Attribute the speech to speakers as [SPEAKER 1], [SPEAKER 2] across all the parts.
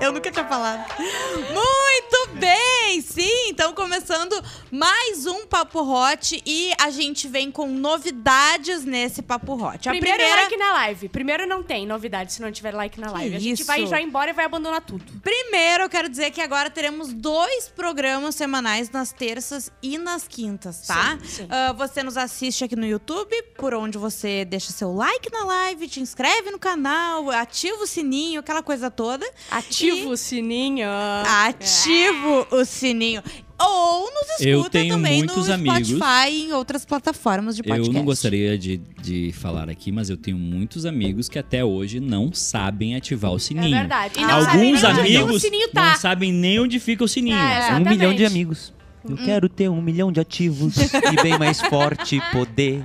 [SPEAKER 1] Eu nunca tinha falado. Muito bem! Sim, então começando mais um Papo Hot e a gente vem com novidades nesse Papo Hot. A
[SPEAKER 2] Primeiro é
[SPEAKER 1] primeira,
[SPEAKER 2] like na live. Primeiro não tem novidade se não tiver like na live. a gente
[SPEAKER 1] isso?
[SPEAKER 2] vai já embora e vai abandonar tudo.
[SPEAKER 1] primeiro eu quero dizer que agora teremos dois programas semanais nas terças e nas quintas, tá?
[SPEAKER 2] Sim, sim.
[SPEAKER 1] Ah, você nos assiste aqui no YouTube, por onde você deixa seu like na live, te inscreve no canal, ativa o sininho, aquela coisa toda.
[SPEAKER 2] Ativa o sininho.
[SPEAKER 1] Ativo o sininho. Ou nos escuta
[SPEAKER 3] Eu tenho
[SPEAKER 1] também no
[SPEAKER 3] muitos
[SPEAKER 1] Spotify
[SPEAKER 3] amigos.
[SPEAKER 1] e em outras plataformas de podcast.
[SPEAKER 3] Eu não gostaria de, de falar aqui, mas eu tenho muitos amigos que até hoje não sabem ativar o
[SPEAKER 2] É
[SPEAKER 3] sininho.
[SPEAKER 2] verdade. E não sabem
[SPEAKER 3] Alguns
[SPEAKER 2] nem onde o
[SPEAKER 3] amigos
[SPEAKER 2] sininho
[SPEAKER 3] não
[SPEAKER 2] tá.
[SPEAKER 3] sabem nem onde fica o sininho.
[SPEAKER 2] É,
[SPEAKER 4] Um milhão de
[SPEAKER 2] exatamente.
[SPEAKER 4] amigos. Eu
[SPEAKER 1] Hum.
[SPEAKER 4] quero ter um milhão de ativos e bem mais forte poder.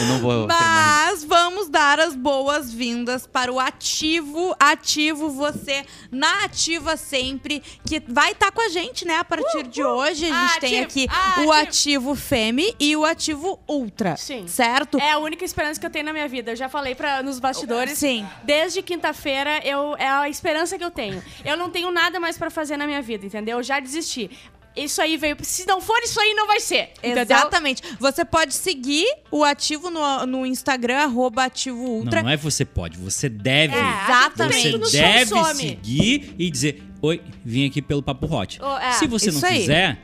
[SPEAKER 4] Eu não vou terminar.
[SPEAKER 1] Mas vamos dar as boas-vindas para o ativo, ativo você na ativa sempre, que vai estar com a gente, né? A partir de hoje, a gente tem
[SPEAKER 2] Ativo,
[SPEAKER 1] aqui
[SPEAKER 2] ativo.
[SPEAKER 1] o ativo Femi e o ativo Ultra.
[SPEAKER 2] Sim.
[SPEAKER 1] Certo?
[SPEAKER 2] É a única esperança que eu tenho na minha vida. Eu já falei pra, nos bastidores.
[SPEAKER 1] Sim.
[SPEAKER 2] Desde quinta-feira eu é a esperança que eu tenho. Eu não tenho nada mais pra fazer na minha vida, entendeu? Eu já desisti. Isso aí veio. Se não for isso aí, não vai ser. É, Entendeu?
[SPEAKER 1] Exatamente. Você pode seguir o ativo no, no Instagram, arroba ativo ultra.
[SPEAKER 3] Não, não é você pode, você deve.
[SPEAKER 2] É,
[SPEAKER 1] Exatamente.
[SPEAKER 3] Você
[SPEAKER 2] tudo nos
[SPEAKER 3] deve
[SPEAKER 2] consome.
[SPEAKER 3] seguir e dizer: Oi, vim aqui pelo Papo Hot.
[SPEAKER 2] Oh, é,
[SPEAKER 3] Se você não
[SPEAKER 1] isso aí.
[SPEAKER 3] fizer,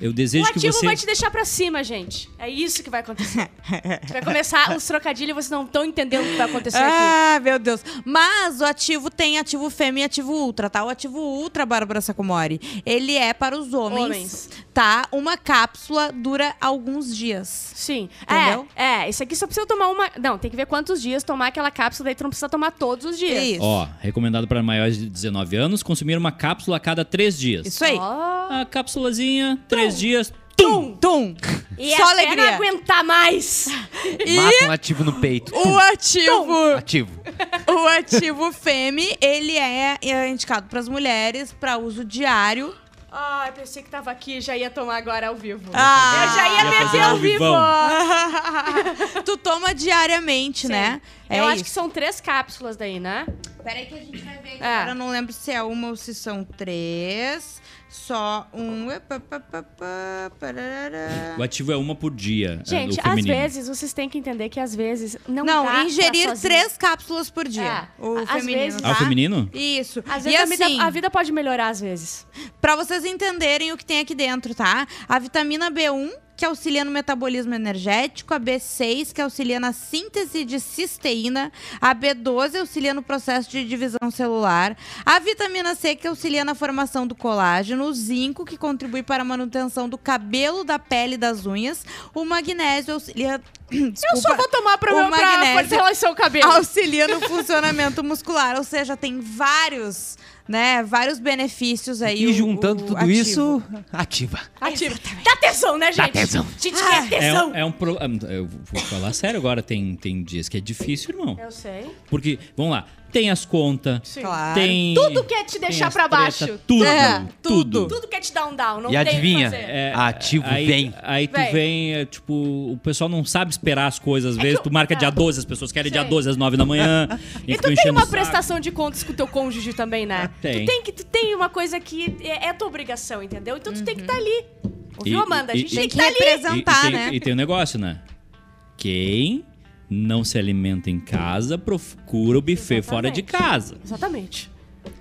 [SPEAKER 3] eu desejo
[SPEAKER 2] O
[SPEAKER 3] que
[SPEAKER 2] ativo
[SPEAKER 3] você.
[SPEAKER 2] vai te deixar pra cima, gente. É isso que vai acontecer. vai começar os trocadilhos e vocês não estão entendendo o que vai acontecer é aqui.
[SPEAKER 1] Ah, meu Deus. Mas o ativo tem ativo fêmea e ativo ultra, tá? O ativo ultra, Bárbara Sacomori, ele é para os homens,
[SPEAKER 2] Homens.
[SPEAKER 1] tá? Uma cápsula dura alguns dias.
[SPEAKER 2] Sim.
[SPEAKER 1] Entendeu?
[SPEAKER 2] É, é, isso aqui só precisa tomar uma. Não, tem que ver quantos dias tomar aquela cápsula, daí tu não precisa tomar todos os dias.
[SPEAKER 1] Isso.
[SPEAKER 3] Ó, recomendado para maiores de 19 anos consumir uma cápsula a cada 3 dias.
[SPEAKER 1] Isso aí.
[SPEAKER 2] Ó.
[SPEAKER 3] A cápsulazinha, 3 dias.
[SPEAKER 1] Tum, tum.
[SPEAKER 2] E
[SPEAKER 1] Só
[SPEAKER 2] até
[SPEAKER 1] alegria.
[SPEAKER 2] não aguentar mais.
[SPEAKER 4] Mata um ativo no peito.
[SPEAKER 1] O ativo,
[SPEAKER 4] Ativo.
[SPEAKER 1] o ativo fêmea, ele é é indicado para as mulheres para uso diário.
[SPEAKER 2] Ai, pensei que tava aqui já ia tomar agora ao vivo.
[SPEAKER 1] Ah.
[SPEAKER 2] eu já ia,
[SPEAKER 3] Ia fazer
[SPEAKER 2] beber
[SPEAKER 3] ao
[SPEAKER 2] ao vivo.
[SPEAKER 3] vivão.
[SPEAKER 1] tu toma diariamente, né? É
[SPEAKER 2] eu
[SPEAKER 1] isso.
[SPEAKER 2] acho que são três cápsulas daí, né?
[SPEAKER 1] Peraí que a gente vai ver aqui.
[SPEAKER 2] É.
[SPEAKER 1] Agora eu não lembro se é uma ou se são três. Só um. Epa, pa, pa, pa, parará.
[SPEAKER 3] O ativo é uma por dia. é,
[SPEAKER 2] Gente,
[SPEAKER 3] do
[SPEAKER 2] às
[SPEAKER 3] feminino.
[SPEAKER 2] vezes vocês têm que entender que às vezes não,
[SPEAKER 1] Não,
[SPEAKER 2] dá pra
[SPEAKER 1] ingerir
[SPEAKER 2] sozinho.
[SPEAKER 1] três cápsulas por dia.
[SPEAKER 2] É.
[SPEAKER 1] O
[SPEAKER 2] Às
[SPEAKER 1] feminino,
[SPEAKER 2] vezes-
[SPEAKER 1] tá?
[SPEAKER 3] Ah, o feminino?
[SPEAKER 1] Isso.
[SPEAKER 2] Às
[SPEAKER 1] e
[SPEAKER 2] vezes a, vida,
[SPEAKER 1] assim,
[SPEAKER 2] a vida pode melhorar, às vezes.
[SPEAKER 1] pra vocês entenderem o que tem aqui dentro, tá? A vitamina B1, que auxilia no metabolismo energético. A B6, que auxilia na síntese de cisteína. A B12, auxilia no processo de divisão celular. A vitamina C, que auxilia na formação do colágeno. O zinco, que contribui para a manutenção do cabelo, da pele e das unhas. O magnésio auxilia... Desculpa.
[SPEAKER 2] tomar
[SPEAKER 1] O magnésio.
[SPEAKER 2] fortalecer o cabelo.
[SPEAKER 1] Auxilia no funcionamento muscular, ou seja, tem vários, né, vários benefícios aí.
[SPEAKER 4] E
[SPEAKER 1] o-
[SPEAKER 4] juntando
[SPEAKER 1] o
[SPEAKER 4] tudo
[SPEAKER 1] ativo.
[SPEAKER 4] isso, ativa.
[SPEAKER 2] Ativa. Dá tesão, né, gente?
[SPEAKER 4] tesão.
[SPEAKER 2] Gente, quer
[SPEAKER 3] É
[SPEAKER 2] tesão.
[SPEAKER 3] um, é um pro- Eu vou falar sério agora, tem, tem dias que é difícil, irmão.
[SPEAKER 2] Eu sei.
[SPEAKER 3] Porque, vamos lá, tem as contas,
[SPEAKER 2] Sim.
[SPEAKER 1] Claro.
[SPEAKER 3] tem.
[SPEAKER 2] Tudo quer te
[SPEAKER 3] tem
[SPEAKER 2] deixar
[SPEAKER 3] as
[SPEAKER 2] pra
[SPEAKER 3] treta,
[SPEAKER 2] baixo.
[SPEAKER 3] Tudo,
[SPEAKER 1] É,
[SPEAKER 3] tudo.
[SPEAKER 2] Tudo quer te dar um down, não
[SPEAKER 4] E
[SPEAKER 2] tem o que
[SPEAKER 4] adivinha?
[SPEAKER 2] fazer.
[SPEAKER 3] É,
[SPEAKER 4] Ativo,
[SPEAKER 3] aí,
[SPEAKER 4] vem.
[SPEAKER 3] Aí tu
[SPEAKER 2] Vem.
[SPEAKER 3] vem. é, tipo, o pessoal não sabe esperar as coisas, às vezes.
[SPEAKER 2] que
[SPEAKER 3] tu
[SPEAKER 2] eu-
[SPEAKER 3] marca
[SPEAKER 2] é.
[SPEAKER 3] dia 12, as pessoas querem dia
[SPEAKER 2] Sim.
[SPEAKER 3] 12 às 9 da manhã.
[SPEAKER 2] E
[SPEAKER 3] ficam
[SPEAKER 2] tu tem
[SPEAKER 3] um enchendo
[SPEAKER 2] uma
[SPEAKER 3] o saco.
[SPEAKER 2] prestação de contas com o teu cônjuge também, né?
[SPEAKER 3] Tem.
[SPEAKER 2] Tu tem, que, tu tem uma coisa que é, é tua obrigação, entendeu? Então tu tem que estar ali. Ouviu,
[SPEAKER 3] E-
[SPEAKER 2] Amanda? A
[SPEAKER 3] e-
[SPEAKER 2] gente
[SPEAKER 3] e-
[SPEAKER 1] Tem
[SPEAKER 2] tem que
[SPEAKER 1] que é-
[SPEAKER 2] estar ali.
[SPEAKER 1] representar,
[SPEAKER 3] e, e tem,
[SPEAKER 1] né?
[SPEAKER 3] E tem um negócio, né? Quem não se alimenta em casa, procura o buffet fora de
[SPEAKER 2] Exatamente.
[SPEAKER 3] casa.
[SPEAKER 2] Exatamente.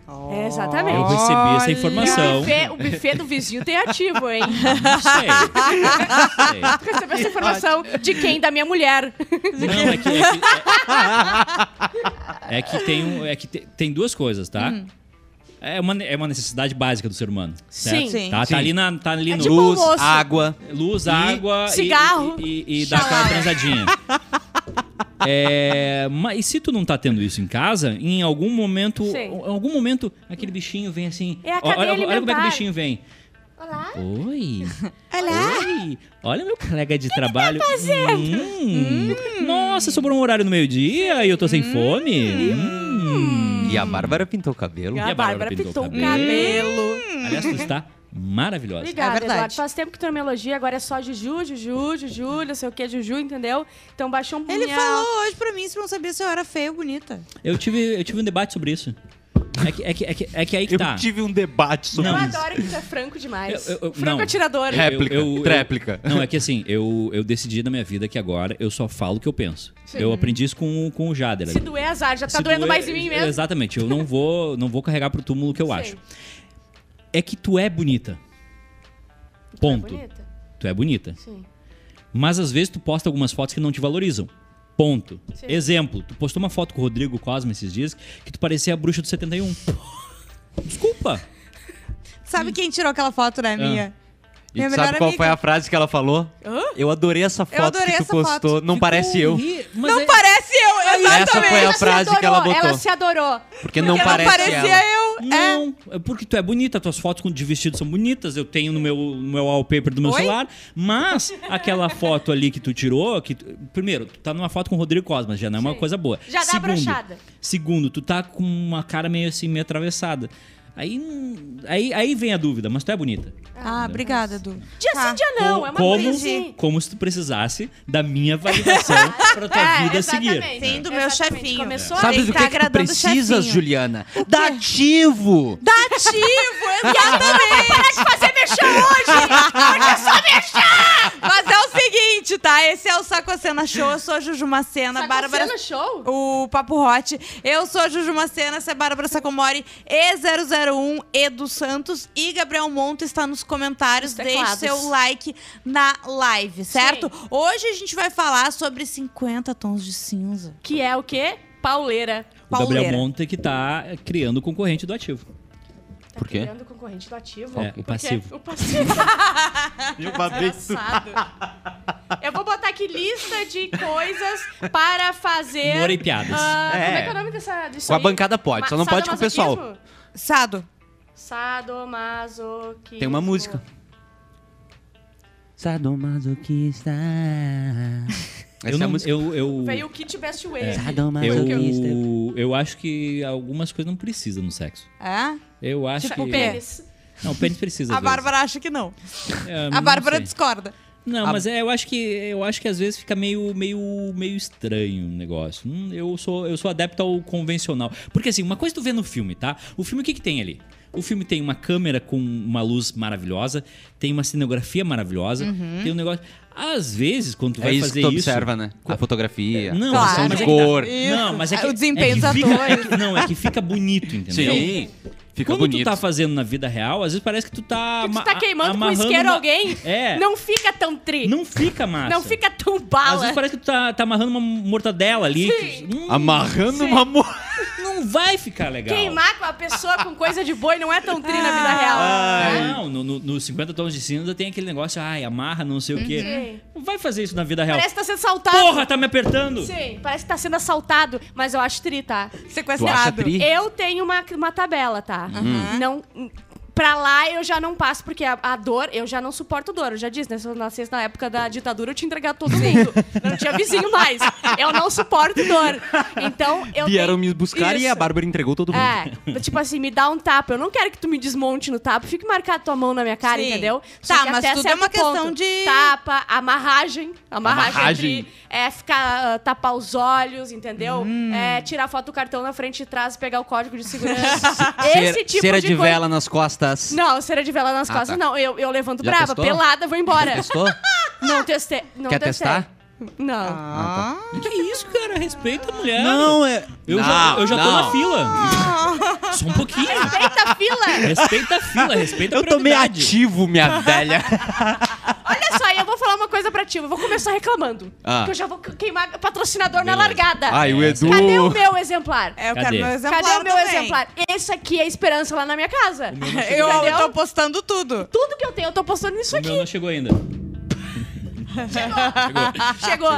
[SPEAKER 1] Oh.
[SPEAKER 2] Exatamente.
[SPEAKER 3] Eu recebi essa
[SPEAKER 1] Olha.
[SPEAKER 2] O
[SPEAKER 3] informação.
[SPEAKER 2] buffet, o buffet do vizinho tem ativo, hein?
[SPEAKER 3] Não sei. Não sei.
[SPEAKER 2] Recebeu essa informação de quem? Da minha mulher.
[SPEAKER 3] Não, é que. É que, é- é que tem, um- é que te- tem duas coisas, tá?
[SPEAKER 2] Hum.
[SPEAKER 3] É, uma, ne- é uma necessidade básica do ser humano. certo?
[SPEAKER 2] Sim. Sim.
[SPEAKER 3] Tá,
[SPEAKER 4] Sim.
[SPEAKER 3] tá ali, na, tá
[SPEAKER 1] É
[SPEAKER 3] ali no
[SPEAKER 2] tipo
[SPEAKER 4] Luz,
[SPEAKER 2] almoço.
[SPEAKER 4] água.
[SPEAKER 3] luz, água e-
[SPEAKER 2] cigarro.
[SPEAKER 3] E, e- e dá aquela transadinha. É, mas e se tu não tá tendo isso em casa, em algum momento.
[SPEAKER 2] Sim.
[SPEAKER 3] Em algum momento, aquele bichinho vem assim.
[SPEAKER 2] É a
[SPEAKER 3] Ó, olha,
[SPEAKER 2] cadeia
[SPEAKER 3] olha como é que
[SPEAKER 2] alimentar.
[SPEAKER 3] o bichinho vem.
[SPEAKER 2] Olá.
[SPEAKER 3] Oi.
[SPEAKER 1] Olha.
[SPEAKER 3] Oi, olha meu colega de trabalho. Que tá fazendo?
[SPEAKER 2] Hum.
[SPEAKER 3] Nossa, sobrou um horário no meio-dia e eu tô sem fome. Hum.
[SPEAKER 1] Hum.
[SPEAKER 4] E a Bárbara pintou o cabelo.
[SPEAKER 3] E a Bárbara pintou o cabelo.
[SPEAKER 2] cabelo.
[SPEAKER 3] Aliás, tu está maravilhosa.
[SPEAKER 1] Hum,
[SPEAKER 2] Obrigada,
[SPEAKER 1] É verdade.
[SPEAKER 2] Eduardo. Faz tempo que tu não me elogia, agora é só Juju, Juju, Juju, não sei o que, Juju, entendeu? Então baixou um
[SPEAKER 1] Ele
[SPEAKER 2] punhal.
[SPEAKER 1] falou hoje pra mim se não sabia se eu era feia ou bonita.
[SPEAKER 3] Eu tive, eu tive um debate sobre isso. É que, é que, é que, é que aí que
[SPEAKER 4] Eu
[SPEAKER 3] tá.
[SPEAKER 4] tive um debate sobre
[SPEAKER 2] Eu
[SPEAKER 3] Não.
[SPEAKER 4] isso.
[SPEAKER 2] adoro que tu é franco demais.
[SPEAKER 3] Eu- eu- eu-
[SPEAKER 2] franco
[SPEAKER 3] não.
[SPEAKER 2] atirador.
[SPEAKER 3] É.
[SPEAKER 4] Réplica,
[SPEAKER 3] Eu- eu- eu-
[SPEAKER 4] tréplica.
[SPEAKER 3] Não, é que assim, eu, eu decidi na minha vida que agora eu só falo o que eu penso. Eu aprendi isso com, o- com o Jader.
[SPEAKER 2] Se
[SPEAKER 3] ali.
[SPEAKER 2] doer, azar. Já tá
[SPEAKER 3] Se
[SPEAKER 2] doendo
[SPEAKER 3] doer-
[SPEAKER 2] mais em mim mesmo.
[SPEAKER 3] Exatamente. Eu não vou, não vou carregar pro túmulo o que eu
[SPEAKER 2] Sim.
[SPEAKER 3] acho. É que tu é bonita. Ponto.
[SPEAKER 2] É bonita?
[SPEAKER 3] Tu é bonita.
[SPEAKER 2] Sim.
[SPEAKER 3] Mas às vezes tu posta algumas fotos que não te valorizam. Ponto.
[SPEAKER 2] Sim.
[SPEAKER 3] Exemplo, tu postou uma foto com o Rodrigo Cosme esses dias que tu parecia a bruxa do 71. Desculpa.
[SPEAKER 1] Sabe quem tirou aquela foto, né, minha?
[SPEAKER 4] E
[SPEAKER 1] Minha
[SPEAKER 4] tu sabe
[SPEAKER 1] melhor
[SPEAKER 4] qual
[SPEAKER 1] amiga.
[SPEAKER 4] foi a frase que ela falou? Eu adorei essa foto
[SPEAKER 1] adorei
[SPEAKER 4] que tu
[SPEAKER 1] essa
[SPEAKER 4] postou.
[SPEAKER 1] foto.
[SPEAKER 4] Não parece eu.
[SPEAKER 3] Mas é-
[SPEAKER 1] Parece eu, exatamente.
[SPEAKER 4] Essa foi a
[SPEAKER 2] Ela se
[SPEAKER 4] frase que ela
[SPEAKER 2] adorou,
[SPEAKER 4] botou.
[SPEAKER 2] Ela se adorou.
[SPEAKER 4] Porque não
[SPEAKER 1] Porque
[SPEAKER 4] parece
[SPEAKER 1] não parecia
[SPEAKER 4] ela.
[SPEAKER 1] eu. É.
[SPEAKER 3] Não, é porque tu é bonita, tuas fotos com- de vestido são bonitas, eu tenho no meu, no meu wallpaper do meu
[SPEAKER 1] Oi?
[SPEAKER 3] celular, mas aquela foto ali que tu tirou, que tu- primeiro, tu tá numa foto com o Rodrigo Cosmas, já não é uma coisa boa.
[SPEAKER 2] Já dá
[SPEAKER 3] segundo,
[SPEAKER 2] brochada.
[SPEAKER 3] Segundo, tu tá com uma cara meio assim, meio atravessada. Aí, hum, aí, aí vem a dúvida, mas tu é bonita.
[SPEAKER 1] Ah, obrigada, Edu.
[SPEAKER 2] Dia
[SPEAKER 1] Tá.
[SPEAKER 2] sim, dia não.
[SPEAKER 3] Co-
[SPEAKER 2] é uma
[SPEAKER 3] como,
[SPEAKER 2] coisa assim.
[SPEAKER 3] como se tu precisasse da minha validação pra tua
[SPEAKER 2] É,
[SPEAKER 3] vida seguir.
[SPEAKER 2] exatamente.
[SPEAKER 1] Sim, do meu
[SPEAKER 2] Exatamente.
[SPEAKER 1] chefinho.
[SPEAKER 2] Começou
[SPEAKER 1] Sabe Tem
[SPEAKER 2] bem.
[SPEAKER 4] Sabes
[SPEAKER 1] que
[SPEAKER 4] o que,
[SPEAKER 1] tá
[SPEAKER 4] é que tu
[SPEAKER 1] agradando o
[SPEAKER 4] precisas,
[SPEAKER 1] chefinho.
[SPEAKER 4] Juliana? Dativo!
[SPEAKER 1] Dativo, exatamente. Para de fazer mexer hoje. Hoje é só mexer. Mas é o seguinte, tá? Esse é o Sacocena Show. Eu sou a Juju Macena,
[SPEAKER 2] Tá
[SPEAKER 1] Bárbara...
[SPEAKER 2] acontecendo show?
[SPEAKER 1] O Papo Hot. Eu sou a Juju Macena, essa é Bárbara Sacomori, E001, Edu um, Santos e Gabriel Monto está nos comentários.
[SPEAKER 2] Os
[SPEAKER 1] Deixe
[SPEAKER 2] teclados.
[SPEAKER 1] seu like na live, certo? Hoje a gente vai falar sobre 50 tons de cinza.
[SPEAKER 2] Que é o quê? Pauleira.
[SPEAKER 3] O Gabriel
[SPEAKER 1] Pauleira.
[SPEAKER 3] Monte que tá criando o concorrente do ativo.
[SPEAKER 2] Tá
[SPEAKER 4] Por quê?
[SPEAKER 2] criando o concorrente do ativo.
[SPEAKER 3] É,
[SPEAKER 2] Por
[SPEAKER 3] o
[SPEAKER 2] quê?
[SPEAKER 3] passivo.
[SPEAKER 2] O passivo.
[SPEAKER 4] Eu
[SPEAKER 2] Engraçado. Eu vou botar aqui lista de coisas para fazer.
[SPEAKER 3] Humor e piadas.
[SPEAKER 2] É. Ah, Como é
[SPEAKER 4] É.
[SPEAKER 2] que é o nome dessa, disso
[SPEAKER 4] Com a
[SPEAKER 2] aí?
[SPEAKER 4] bancada pode,
[SPEAKER 2] Ma-
[SPEAKER 4] só não pode com o pessoal.
[SPEAKER 2] sadomasoquismo?
[SPEAKER 1] Sado.
[SPEAKER 2] Sadomasoquismo.
[SPEAKER 4] Tem uma música. Sadomasoquista.
[SPEAKER 3] eu,
[SPEAKER 4] Essa é a
[SPEAKER 3] não,
[SPEAKER 4] música.
[SPEAKER 3] eu, eu,
[SPEAKER 2] Veio o Kit
[SPEAKER 4] É.
[SPEAKER 2] Best Way.
[SPEAKER 4] Sadomasoquista.
[SPEAKER 3] Eu, eu acho que algumas coisas não precisam no sexo.
[SPEAKER 1] É?
[SPEAKER 3] Eu acho
[SPEAKER 1] Tipo
[SPEAKER 3] que.
[SPEAKER 2] Pênis.
[SPEAKER 3] Não, pênis precisa.
[SPEAKER 1] A
[SPEAKER 3] às vezes.
[SPEAKER 1] Bárbara acha que não.
[SPEAKER 3] É, não
[SPEAKER 1] A Bárbara
[SPEAKER 3] sei.
[SPEAKER 1] discorda.
[SPEAKER 3] Não,
[SPEAKER 4] A-
[SPEAKER 3] mas é, eu acho que eu acho que às vezes fica meio meio meio estranho o negócio. Hum, eu sou eu sou adepto ao convencional. Porque assim, uma coisa tu vê no filme, tá? O filme o que que tem ali? O filme tem uma câmera com uma luz maravilhosa, tem uma cenografia maravilhosa,
[SPEAKER 2] Uhum.
[SPEAKER 3] tem um negócio. Às vezes, quando tu vai
[SPEAKER 4] é isso
[SPEAKER 3] fazer
[SPEAKER 4] que tu
[SPEAKER 3] isso,
[SPEAKER 4] observa, né? Com a fotografia,
[SPEAKER 3] Não,
[SPEAKER 1] Claro.
[SPEAKER 3] mas é que tá-
[SPEAKER 4] cor.
[SPEAKER 1] Isso.
[SPEAKER 3] Não, mas é que
[SPEAKER 1] O desempenho
[SPEAKER 3] é que
[SPEAKER 1] dos
[SPEAKER 3] fica-
[SPEAKER 1] atores.
[SPEAKER 3] é que- não, é que fica bonito, entendeu?
[SPEAKER 4] Sim, fica
[SPEAKER 3] Quando
[SPEAKER 4] bonito.
[SPEAKER 3] tu tá fazendo na vida real, às vezes parece que tu tá.
[SPEAKER 2] Que tu
[SPEAKER 3] ama-
[SPEAKER 2] tá queimando com
[SPEAKER 3] amarrando
[SPEAKER 2] isqueiro
[SPEAKER 3] uma-
[SPEAKER 2] alguém.
[SPEAKER 3] É. Não,
[SPEAKER 2] Não fica tão tri.
[SPEAKER 3] fica massa.
[SPEAKER 2] Não fica tão
[SPEAKER 3] Às
[SPEAKER 2] bala.
[SPEAKER 3] vezes parece que tu tá, tá amarrando uma mortadela ali. que- Hum,
[SPEAKER 4] Amarrando
[SPEAKER 2] Sim.
[SPEAKER 4] uma morra.
[SPEAKER 3] não vai ficar legal.
[SPEAKER 2] Queimar com a pessoa com coisa de boi não é tão tri na vida real. né?
[SPEAKER 3] Não, no, no, no 50 tons de cinza tem aquele negócio, ai, amarra, não sei o quê.
[SPEAKER 2] Sim.
[SPEAKER 3] Não vai fazer isso na vida real.
[SPEAKER 2] Uhum. Parece que tá sendo saltado.
[SPEAKER 3] Porra, tá me apertando!
[SPEAKER 2] Sim, parece que tá sendo assaltado, mas eu acho tri, tá?
[SPEAKER 4] Tu acha
[SPEAKER 1] Sequestrado.
[SPEAKER 4] tri?
[SPEAKER 2] Eu tenho uma, uma tabela, tá?
[SPEAKER 1] Uhum.
[SPEAKER 2] Não. Pra lá eu já não passo, porque a, a dor, eu já não suporto dor. Eu já disse, né? Se eu nascesse na época da ditadura, eu tinha entregado todo mundo. não tinha vizinho mais. Eu não suporto dor. Então eu.
[SPEAKER 4] Vieram
[SPEAKER 2] tenho-
[SPEAKER 4] me buscar e
[SPEAKER 2] Isso.
[SPEAKER 4] a Bárbara entregou todo mundo.
[SPEAKER 2] É, tipo assim, me dá um tapa. Eu não quero que tu me desmonte no tapa. Fique marcado tua mão na minha cara,
[SPEAKER 1] Sim.
[SPEAKER 2] entendeu?
[SPEAKER 1] Tá,
[SPEAKER 2] que
[SPEAKER 1] mas
[SPEAKER 2] até
[SPEAKER 1] tudo é
[SPEAKER 2] certo
[SPEAKER 1] uma questão
[SPEAKER 2] ponto.
[SPEAKER 1] de-
[SPEAKER 2] Tapa, amarragem. Amarragem.
[SPEAKER 4] Amarragem.
[SPEAKER 2] entre- é ficar, ah, tapar os olhos, entendeu?
[SPEAKER 4] Hum.
[SPEAKER 2] É tirar foto do cartão na frente e trás, pegar o código de segurança. Esse
[SPEAKER 4] Cera-
[SPEAKER 2] tipo
[SPEAKER 4] cera
[SPEAKER 2] de,
[SPEAKER 4] de
[SPEAKER 2] coisa.
[SPEAKER 4] vela nas costas.
[SPEAKER 2] Não, cera de vela nas
[SPEAKER 4] Ah,
[SPEAKER 2] costas,
[SPEAKER 4] tá.
[SPEAKER 2] não. Eu, eu levanto
[SPEAKER 4] Já
[SPEAKER 2] brava,
[SPEAKER 4] testou?
[SPEAKER 2] pelada, vou embora.
[SPEAKER 4] Testou?
[SPEAKER 2] Não testei. Não
[SPEAKER 4] Quer
[SPEAKER 2] testei.
[SPEAKER 4] testar?
[SPEAKER 2] Não.
[SPEAKER 1] Ah.
[SPEAKER 3] Que é isso, cara? Respeita a mulher.
[SPEAKER 4] é.
[SPEAKER 3] Eu já, eu já tô na fila.
[SPEAKER 2] Ah.
[SPEAKER 3] Só um pouquinho.
[SPEAKER 2] Eita, fila!
[SPEAKER 3] Respeita a fila, respeita a
[SPEAKER 4] Eu tô meio
[SPEAKER 3] prioridade.
[SPEAKER 4] ativo, minha velha.
[SPEAKER 2] Olha só, eu vou falar uma coisa pra ti. Eu vou começar reclamando.
[SPEAKER 4] Ah.
[SPEAKER 2] Que eu já vou queimar patrocinador na
[SPEAKER 3] Beleza.
[SPEAKER 2] largada.
[SPEAKER 4] Ai, o Edu.
[SPEAKER 2] Cadê o meu exemplar?
[SPEAKER 1] É, eu
[SPEAKER 3] Cadê?
[SPEAKER 1] quero meu exemplar
[SPEAKER 2] tá. Cadê o meu
[SPEAKER 1] também.
[SPEAKER 2] exemplar? Esse aqui é a esperança lá na minha casa.
[SPEAKER 1] Eu
[SPEAKER 2] Entendeu?
[SPEAKER 1] tô postando tudo.
[SPEAKER 2] Tudo que eu tenho, eu tô postando nisso
[SPEAKER 3] O meu
[SPEAKER 2] aqui.
[SPEAKER 3] não chegou ainda.
[SPEAKER 2] Chegou.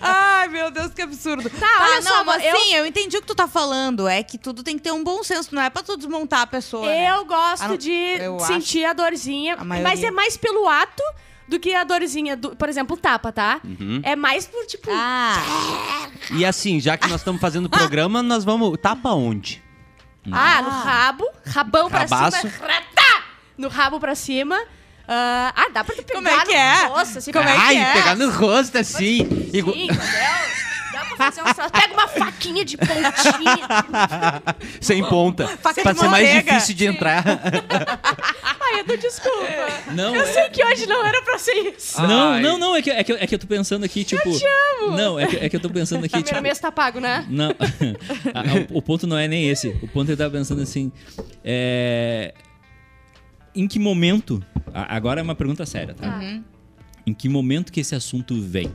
[SPEAKER 1] Ai, meu Deus, que absurdo. Tá,
[SPEAKER 2] olha
[SPEAKER 1] não,
[SPEAKER 2] só,
[SPEAKER 1] mas
[SPEAKER 2] eu-
[SPEAKER 1] sim, eu entendi o que tu tá falando. É que tudo tem que ter um bom senso, não é pra tu desmontar a pessoa. né?
[SPEAKER 2] Eu gosto
[SPEAKER 1] Ah, não.
[SPEAKER 2] de
[SPEAKER 1] Eu acho.
[SPEAKER 2] sentir a dorzinha,
[SPEAKER 1] A maioria.
[SPEAKER 2] mas é mais pelo ato do que a dorzinha, do, por exemplo, tapa, tá?
[SPEAKER 4] Uhum.
[SPEAKER 2] É mais por, tipo...
[SPEAKER 1] Ah,
[SPEAKER 4] E assim, já que nós estamos fazendo programa, nós vamos. Tapa onde?
[SPEAKER 1] Ah.
[SPEAKER 2] Ah, no rabo, rabão pra
[SPEAKER 4] Rabaço.
[SPEAKER 2] cima. ratá! no rabo pra cima. ah, ah, dá pra tu pegar
[SPEAKER 1] Como é que
[SPEAKER 2] no
[SPEAKER 1] é?
[SPEAKER 2] rosto, assim,
[SPEAKER 1] Como é
[SPEAKER 2] pra-
[SPEAKER 1] que
[SPEAKER 4] Ai,
[SPEAKER 1] é?
[SPEAKER 4] pegar no rosto assim. Igu-
[SPEAKER 2] Sim, entendeu? Dá pra fazer uns troços. Pega uma faquinha de pontinha.
[SPEAKER 4] Sem ponta.
[SPEAKER 1] Faca
[SPEAKER 4] pra
[SPEAKER 1] de
[SPEAKER 4] ser mais
[SPEAKER 1] manteiga.
[SPEAKER 4] difícil de entrar. É
[SPEAKER 2] Ai, Edu, desculpa.
[SPEAKER 3] Não,
[SPEAKER 2] Eu
[SPEAKER 3] é-
[SPEAKER 2] sei que hoje não era pra ser isso.
[SPEAKER 3] Não,
[SPEAKER 4] Ai.
[SPEAKER 3] não, não, é que, é, que, eu- é que eu tô pensando aqui, tipo. Eu te amo! Não, é que, é que eu tô pensando aqui,
[SPEAKER 2] Primeiro
[SPEAKER 3] tipo.
[SPEAKER 2] mês tá pago, né?
[SPEAKER 3] Não, Ah, ah, o, o ponto não é nem esse. O ponto eu tava pensando assim. é, Em que momento. a- Agora é uma pergunta séria, tá? Em que momento que esse assunto vem?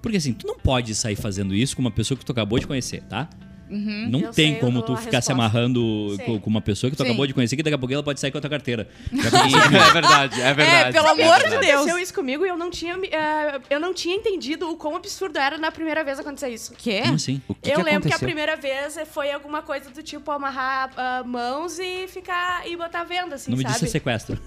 [SPEAKER 3] Porque assim, tu não pode sair fazendo isso com uma pessoa que tu acabou de conhecer, tá? Não
[SPEAKER 2] Eu
[SPEAKER 3] tem
[SPEAKER 2] sei, eu
[SPEAKER 3] como
[SPEAKER 2] dou
[SPEAKER 3] tu
[SPEAKER 2] a
[SPEAKER 3] ficar
[SPEAKER 2] resposta.
[SPEAKER 3] se amarrando
[SPEAKER 2] Sei.
[SPEAKER 3] com, com uma pessoa que tu
[SPEAKER 1] Sim.
[SPEAKER 3] acabou de conhecer, que daqui a pouco ela pode sair com a tua carteira. Já consegui-
[SPEAKER 4] é verdade, é verdade.
[SPEAKER 1] pelo
[SPEAKER 4] É
[SPEAKER 1] amor de
[SPEAKER 4] verdade.
[SPEAKER 1] Deus.
[SPEAKER 2] Aconteceu isso comigo e eu não tinha, me- ah, eu não tinha entendido o quão absurdo era na primeira vez acontecer isso.
[SPEAKER 1] Quê?
[SPEAKER 3] Como assim?
[SPEAKER 4] O que
[SPEAKER 2] eu
[SPEAKER 4] que
[SPEAKER 2] lembro que a
[SPEAKER 4] aconteceu?
[SPEAKER 2] primeira vez foi alguma coisa do tipo amarrar ah, mãos e ficar e botar venda, assim,
[SPEAKER 3] O nome
[SPEAKER 2] sabe?
[SPEAKER 3] disso é sequestro.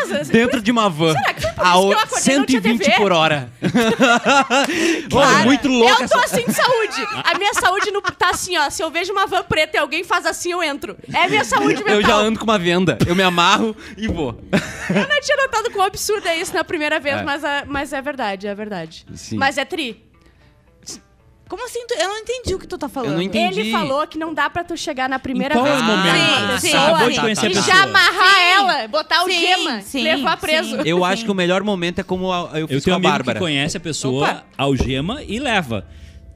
[SPEAKER 2] Casa,
[SPEAKER 4] Dentro de uma van. a
[SPEAKER 2] eu acordei e não tinha
[SPEAKER 4] 120
[SPEAKER 2] TV?
[SPEAKER 4] por hora.
[SPEAKER 2] Cara,
[SPEAKER 4] Ô, muito louca
[SPEAKER 2] Eu tô
[SPEAKER 4] essa.
[SPEAKER 2] assim de saúde. A minha saúde não tá assim, ó. Se eu vejo uma van preta e alguém faz assim, eu entro. É minha saúde mental.
[SPEAKER 4] Eu já ando com uma venda. Eu me amarro e vou.
[SPEAKER 2] Eu não tinha notado quão absurdo é isso na primeira vez,
[SPEAKER 4] É.
[SPEAKER 2] Mas, é, mas é verdade, é verdade.
[SPEAKER 4] Sim.
[SPEAKER 2] Mas é tri.
[SPEAKER 1] Como assim? tu- Eu não entendi o que tu tá falando.
[SPEAKER 4] Eu não entendi.
[SPEAKER 2] Ele falou que não dá pra tu chegar na primeira
[SPEAKER 3] Então,
[SPEAKER 2] vez
[SPEAKER 3] é o
[SPEAKER 2] que tu
[SPEAKER 3] momento.
[SPEAKER 2] tá com uma
[SPEAKER 1] Ah, sim,
[SPEAKER 2] pessoa
[SPEAKER 1] acabou de
[SPEAKER 3] conhecer a
[SPEAKER 2] e
[SPEAKER 3] pessoa.
[SPEAKER 2] já amarrar
[SPEAKER 1] Sim.
[SPEAKER 2] ela, botar o
[SPEAKER 1] Sim,
[SPEAKER 2] gema,
[SPEAKER 1] sim,
[SPEAKER 2] levar preso.
[SPEAKER 1] sim.
[SPEAKER 4] Eu acho que o melhor momento é como a- eu
[SPEAKER 3] Eu
[SPEAKER 4] fiz
[SPEAKER 3] tenho um
[SPEAKER 4] com a
[SPEAKER 3] amigo
[SPEAKER 4] Bárbara.
[SPEAKER 3] que conhece a pessoa,
[SPEAKER 1] Opa.
[SPEAKER 3] algema e leva.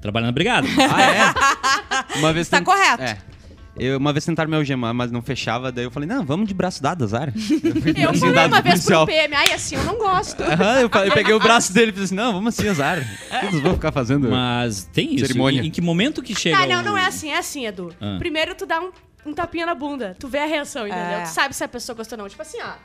[SPEAKER 3] Trabalha na brigada.
[SPEAKER 4] Ah, é? Uma vez
[SPEAKER 1] Tá
[SPEAKER 4] tent-
[SPEAKER 1] correto.
[SPEAKER 4] É. Eu, uma vez tentaram me algemar, mas não fechava. Daí eu falei, não, vamos de braço dado, azar.
[SPEAKER 2] Eu
[SPEAKER 4] Braço
[SPEAKER 2] falei
[SPEAKER 4] dado
[SPEAKER 2] uma
[SPEAKER 4] pro
[SPEAKER 2] vez pro
[SPEAKER 4] policial.
[SPEAKER 2] PM, ai, assim, eu não gosto.
[SPEAKER 4] Aham, eu, fa- eu peguei o braço dele e falei assim, não, vamos assim, azar. Vocês vão ficar fazendo...
[SPEAKER 3] Mas tem isso.
[SPEAKER 4] Cerimônia.
[SPEAKER 3] Em, em que momento que chega. um
[SPEAKER 2] Ah, não,
[SPEAKER 4] um
[SPEAKER 3] o-
[SPEAKER 2] não é assim, é assim, Edu.
[SPEAKER 3] Ah.
[SPEAKER 2] Primeiro tu dá um, um tapinha na bunda, tu vê a reação, entendeu?
[SPEAKER 1] É.
[SPEAKER 2] Tu sabe se a pessoa gostou ou não. Tipo assim, ó.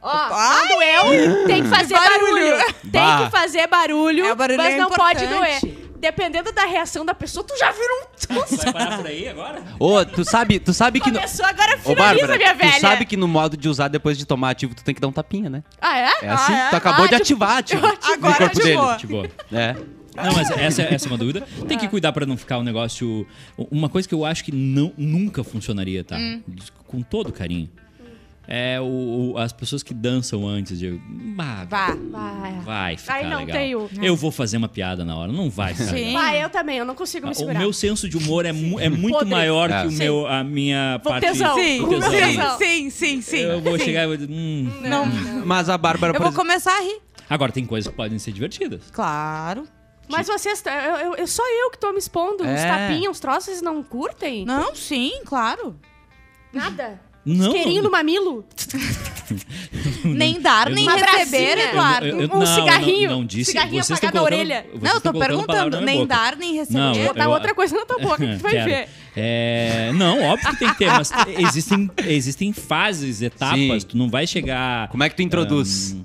[SPEAKER 2] Ó, quando eu, tem que fazer barulho. Tem
[SPEAKER 4] Bah.
[SPEAKER 2] que fazer barulho,
[SPEAKER 1] É, o barulho
[SPEAKER 2] mas
[SPEAKER 1] é
[SPEAKER 2] não pode doer.
[SPEAKER 1] importante.
[SPEAKER 2] Dependendo da reação da pessoa, tu já vira um tonto.
[SPEAKER 3] Vai parar por aí agora?
[SPEAKER 4] Ô, tu sabe, tu sabe que... no-
[SPEAKER 2] Começou, agora
[SPEAKER 4] Ô,
[SPEAKER 2] finaliza,
[SPEAKER 4] Bárbara,
[SPEAKER 2] minha velha.
[SPEAKER 4] tu sabe que no modo de usar depois de tomar ativo, tu tem que dar um tapinha, né?
[SPEAKER 2] Ah, é?
[SPEAKER 4] É assim,
[SPEAKER 1] Ah, é?
[SPEAKER 4] tu acabou
[SPEAKER 2] Ah,
[SPEAKER 4] de
[SPEAKER 2] tipo,
[SPEAKER 4] ativar, tipo,
[SPEAKER 1] Agora
[SPEAKER 4] no corpo
[SPEAKER 1] ativou.
[SPEAKER 4] dele.
[SPEAKER 3] Tipo.
[SPEAKER 4] É.
[SPEAKER 3] Não, mas essa, essa é uma dúvida. Tem
[SPEAKER 2] Ah.
[SPEAKER 3] que cuidar pra não ficar um negócio. Uma coisa que eu acho que não, nunca funcionaria, tá?
[SPEAKER 2] Hum.
[SPEAKER 3] Com todo carinho. É o, o- as pessoas que dançam antes de. Bah,
[SPEAKER 1] Vá.
[SPEAKER 2] Vai.
[SPEAKER 3] Vai ficar
[SPEAKER 2] Aí não
[SPEAKER 3] legal.
[SPEAKER 2] tem o-
[SPEAKER 3] Eu vou fazer uma piada na hora. Não vai ficar
[SPEAKER 1] Sim.
[SPEAKER 3] legal.
[SPEAKER 2] Vai, eu também, eu não consigo
[SPEAKER 4] Ah,
[SPEAKER 2] me
[SPEAKER 3] Ah, O
[SPEAKER 2] segurar.
[SPEAKER 3] meu senso de humor é, mu- é muito
[SPEAKER 2] Podre.
[SPEAKER 3] maior
[SPEAKER 4] É.
[SPEAKER 3] que o
[SPEAKER 2] Sim. um
[SPEAKER 3] meu, a minha
[SPEAKER 2] Vou
[SPEAKER 3] parte.
[SPEAKER 2] tesão.
[SPEAKER 1] Sim,
[SPEAKER 3] do tesão.
[SPEAKER 1] sim,
[SPEAKER 2] Tesão.
[SPEAKER 1] sim, sim, sim.
[SPEAKER 3] Eu vou
[SPEAKER 1] sim.
[SPEAKER 3] chegar e vou dizer. "Hum,
[SPEAKER 1] Não,
[SPEAKER 4] Mas a Bárbara...
[SPEAKER 1] eu
[SPEAKER 4] por
[SPEAKER 1] vou
[SPEAKER 4] exemplo-
[SPEAKER 1] começar a rir.
[SPEAKER 3] Agora tem coisas que podem ser divertidas.
[SPEAKER 1] Claro.
[SPEAKER 2] Mas vocês, eu, eu- eu- só eu que tô me expondo. Os Uns
[SPEAKER 4] É.
[SPEAKER 2] tapinhas, uns troços, vocês não curtem?
[SPEAKER 1] Não, sim, claro.
[SPEAKER 2] Nada? Um
[SPEAKER 3] Não.
[SPEAKER 2] Isqueirinho no
[SPEAKER 3] não,
[SPEAKER 2] mamilo?
[SPEAKER 1] Nem dar,
[SPEAKER 3] eu
[SPEAKER 1] nem
[SPEAKER 3] não-
[SPEAKER 2] Uma
[SPEAKER 1] receber,
[SPEAKER 2] bracinha.
[SPEAKER 1] Eduardo.
[SPEAKER 3] Eu- eu-
[SPEAKER 2] um
[SPEAKER 3] não,
[SPEAKER 2] cigarrinho.
[SPEAKER 3] não, não disse-
[SPEAKER 2] Cigarrinho
[SPEAKER 3] vocês estão
[SPEAKER 2] apagado na
[SPEAKER 3] colocando-
[SPEAKER 2] orelha.
[SPEAKER 3] vocês
[SPEAKER 1] Não, eu
[SPEAKER 3] estão
[SPEAKER 1] tô
[SPEAKER 3] colocando palavra na
[SPEAKER 1] perguntando.
[SPEAKER 3] minha
[SPEAKER 1] Nem
[SPEAKER 3] boca.
[SPEAKER 1] dar, nem receber.
[SPEAKER 3] Não, eu-
[SPEAKER 2] Botar outra coisa na tua boca que tu vai
[SPEAKER 3] Quero.
[SPEAKER 2] ver.
[SPEAKER 3] É, não, óbvio que tem que ter, mas existem, existem fases, etapas.
[SPEAKER 4] Sim.
[SPEAKER 3] Tu não vai chegar.
[SPEAKER 4] Como é que tu introduz?
[SPEAKER 3] Ahn,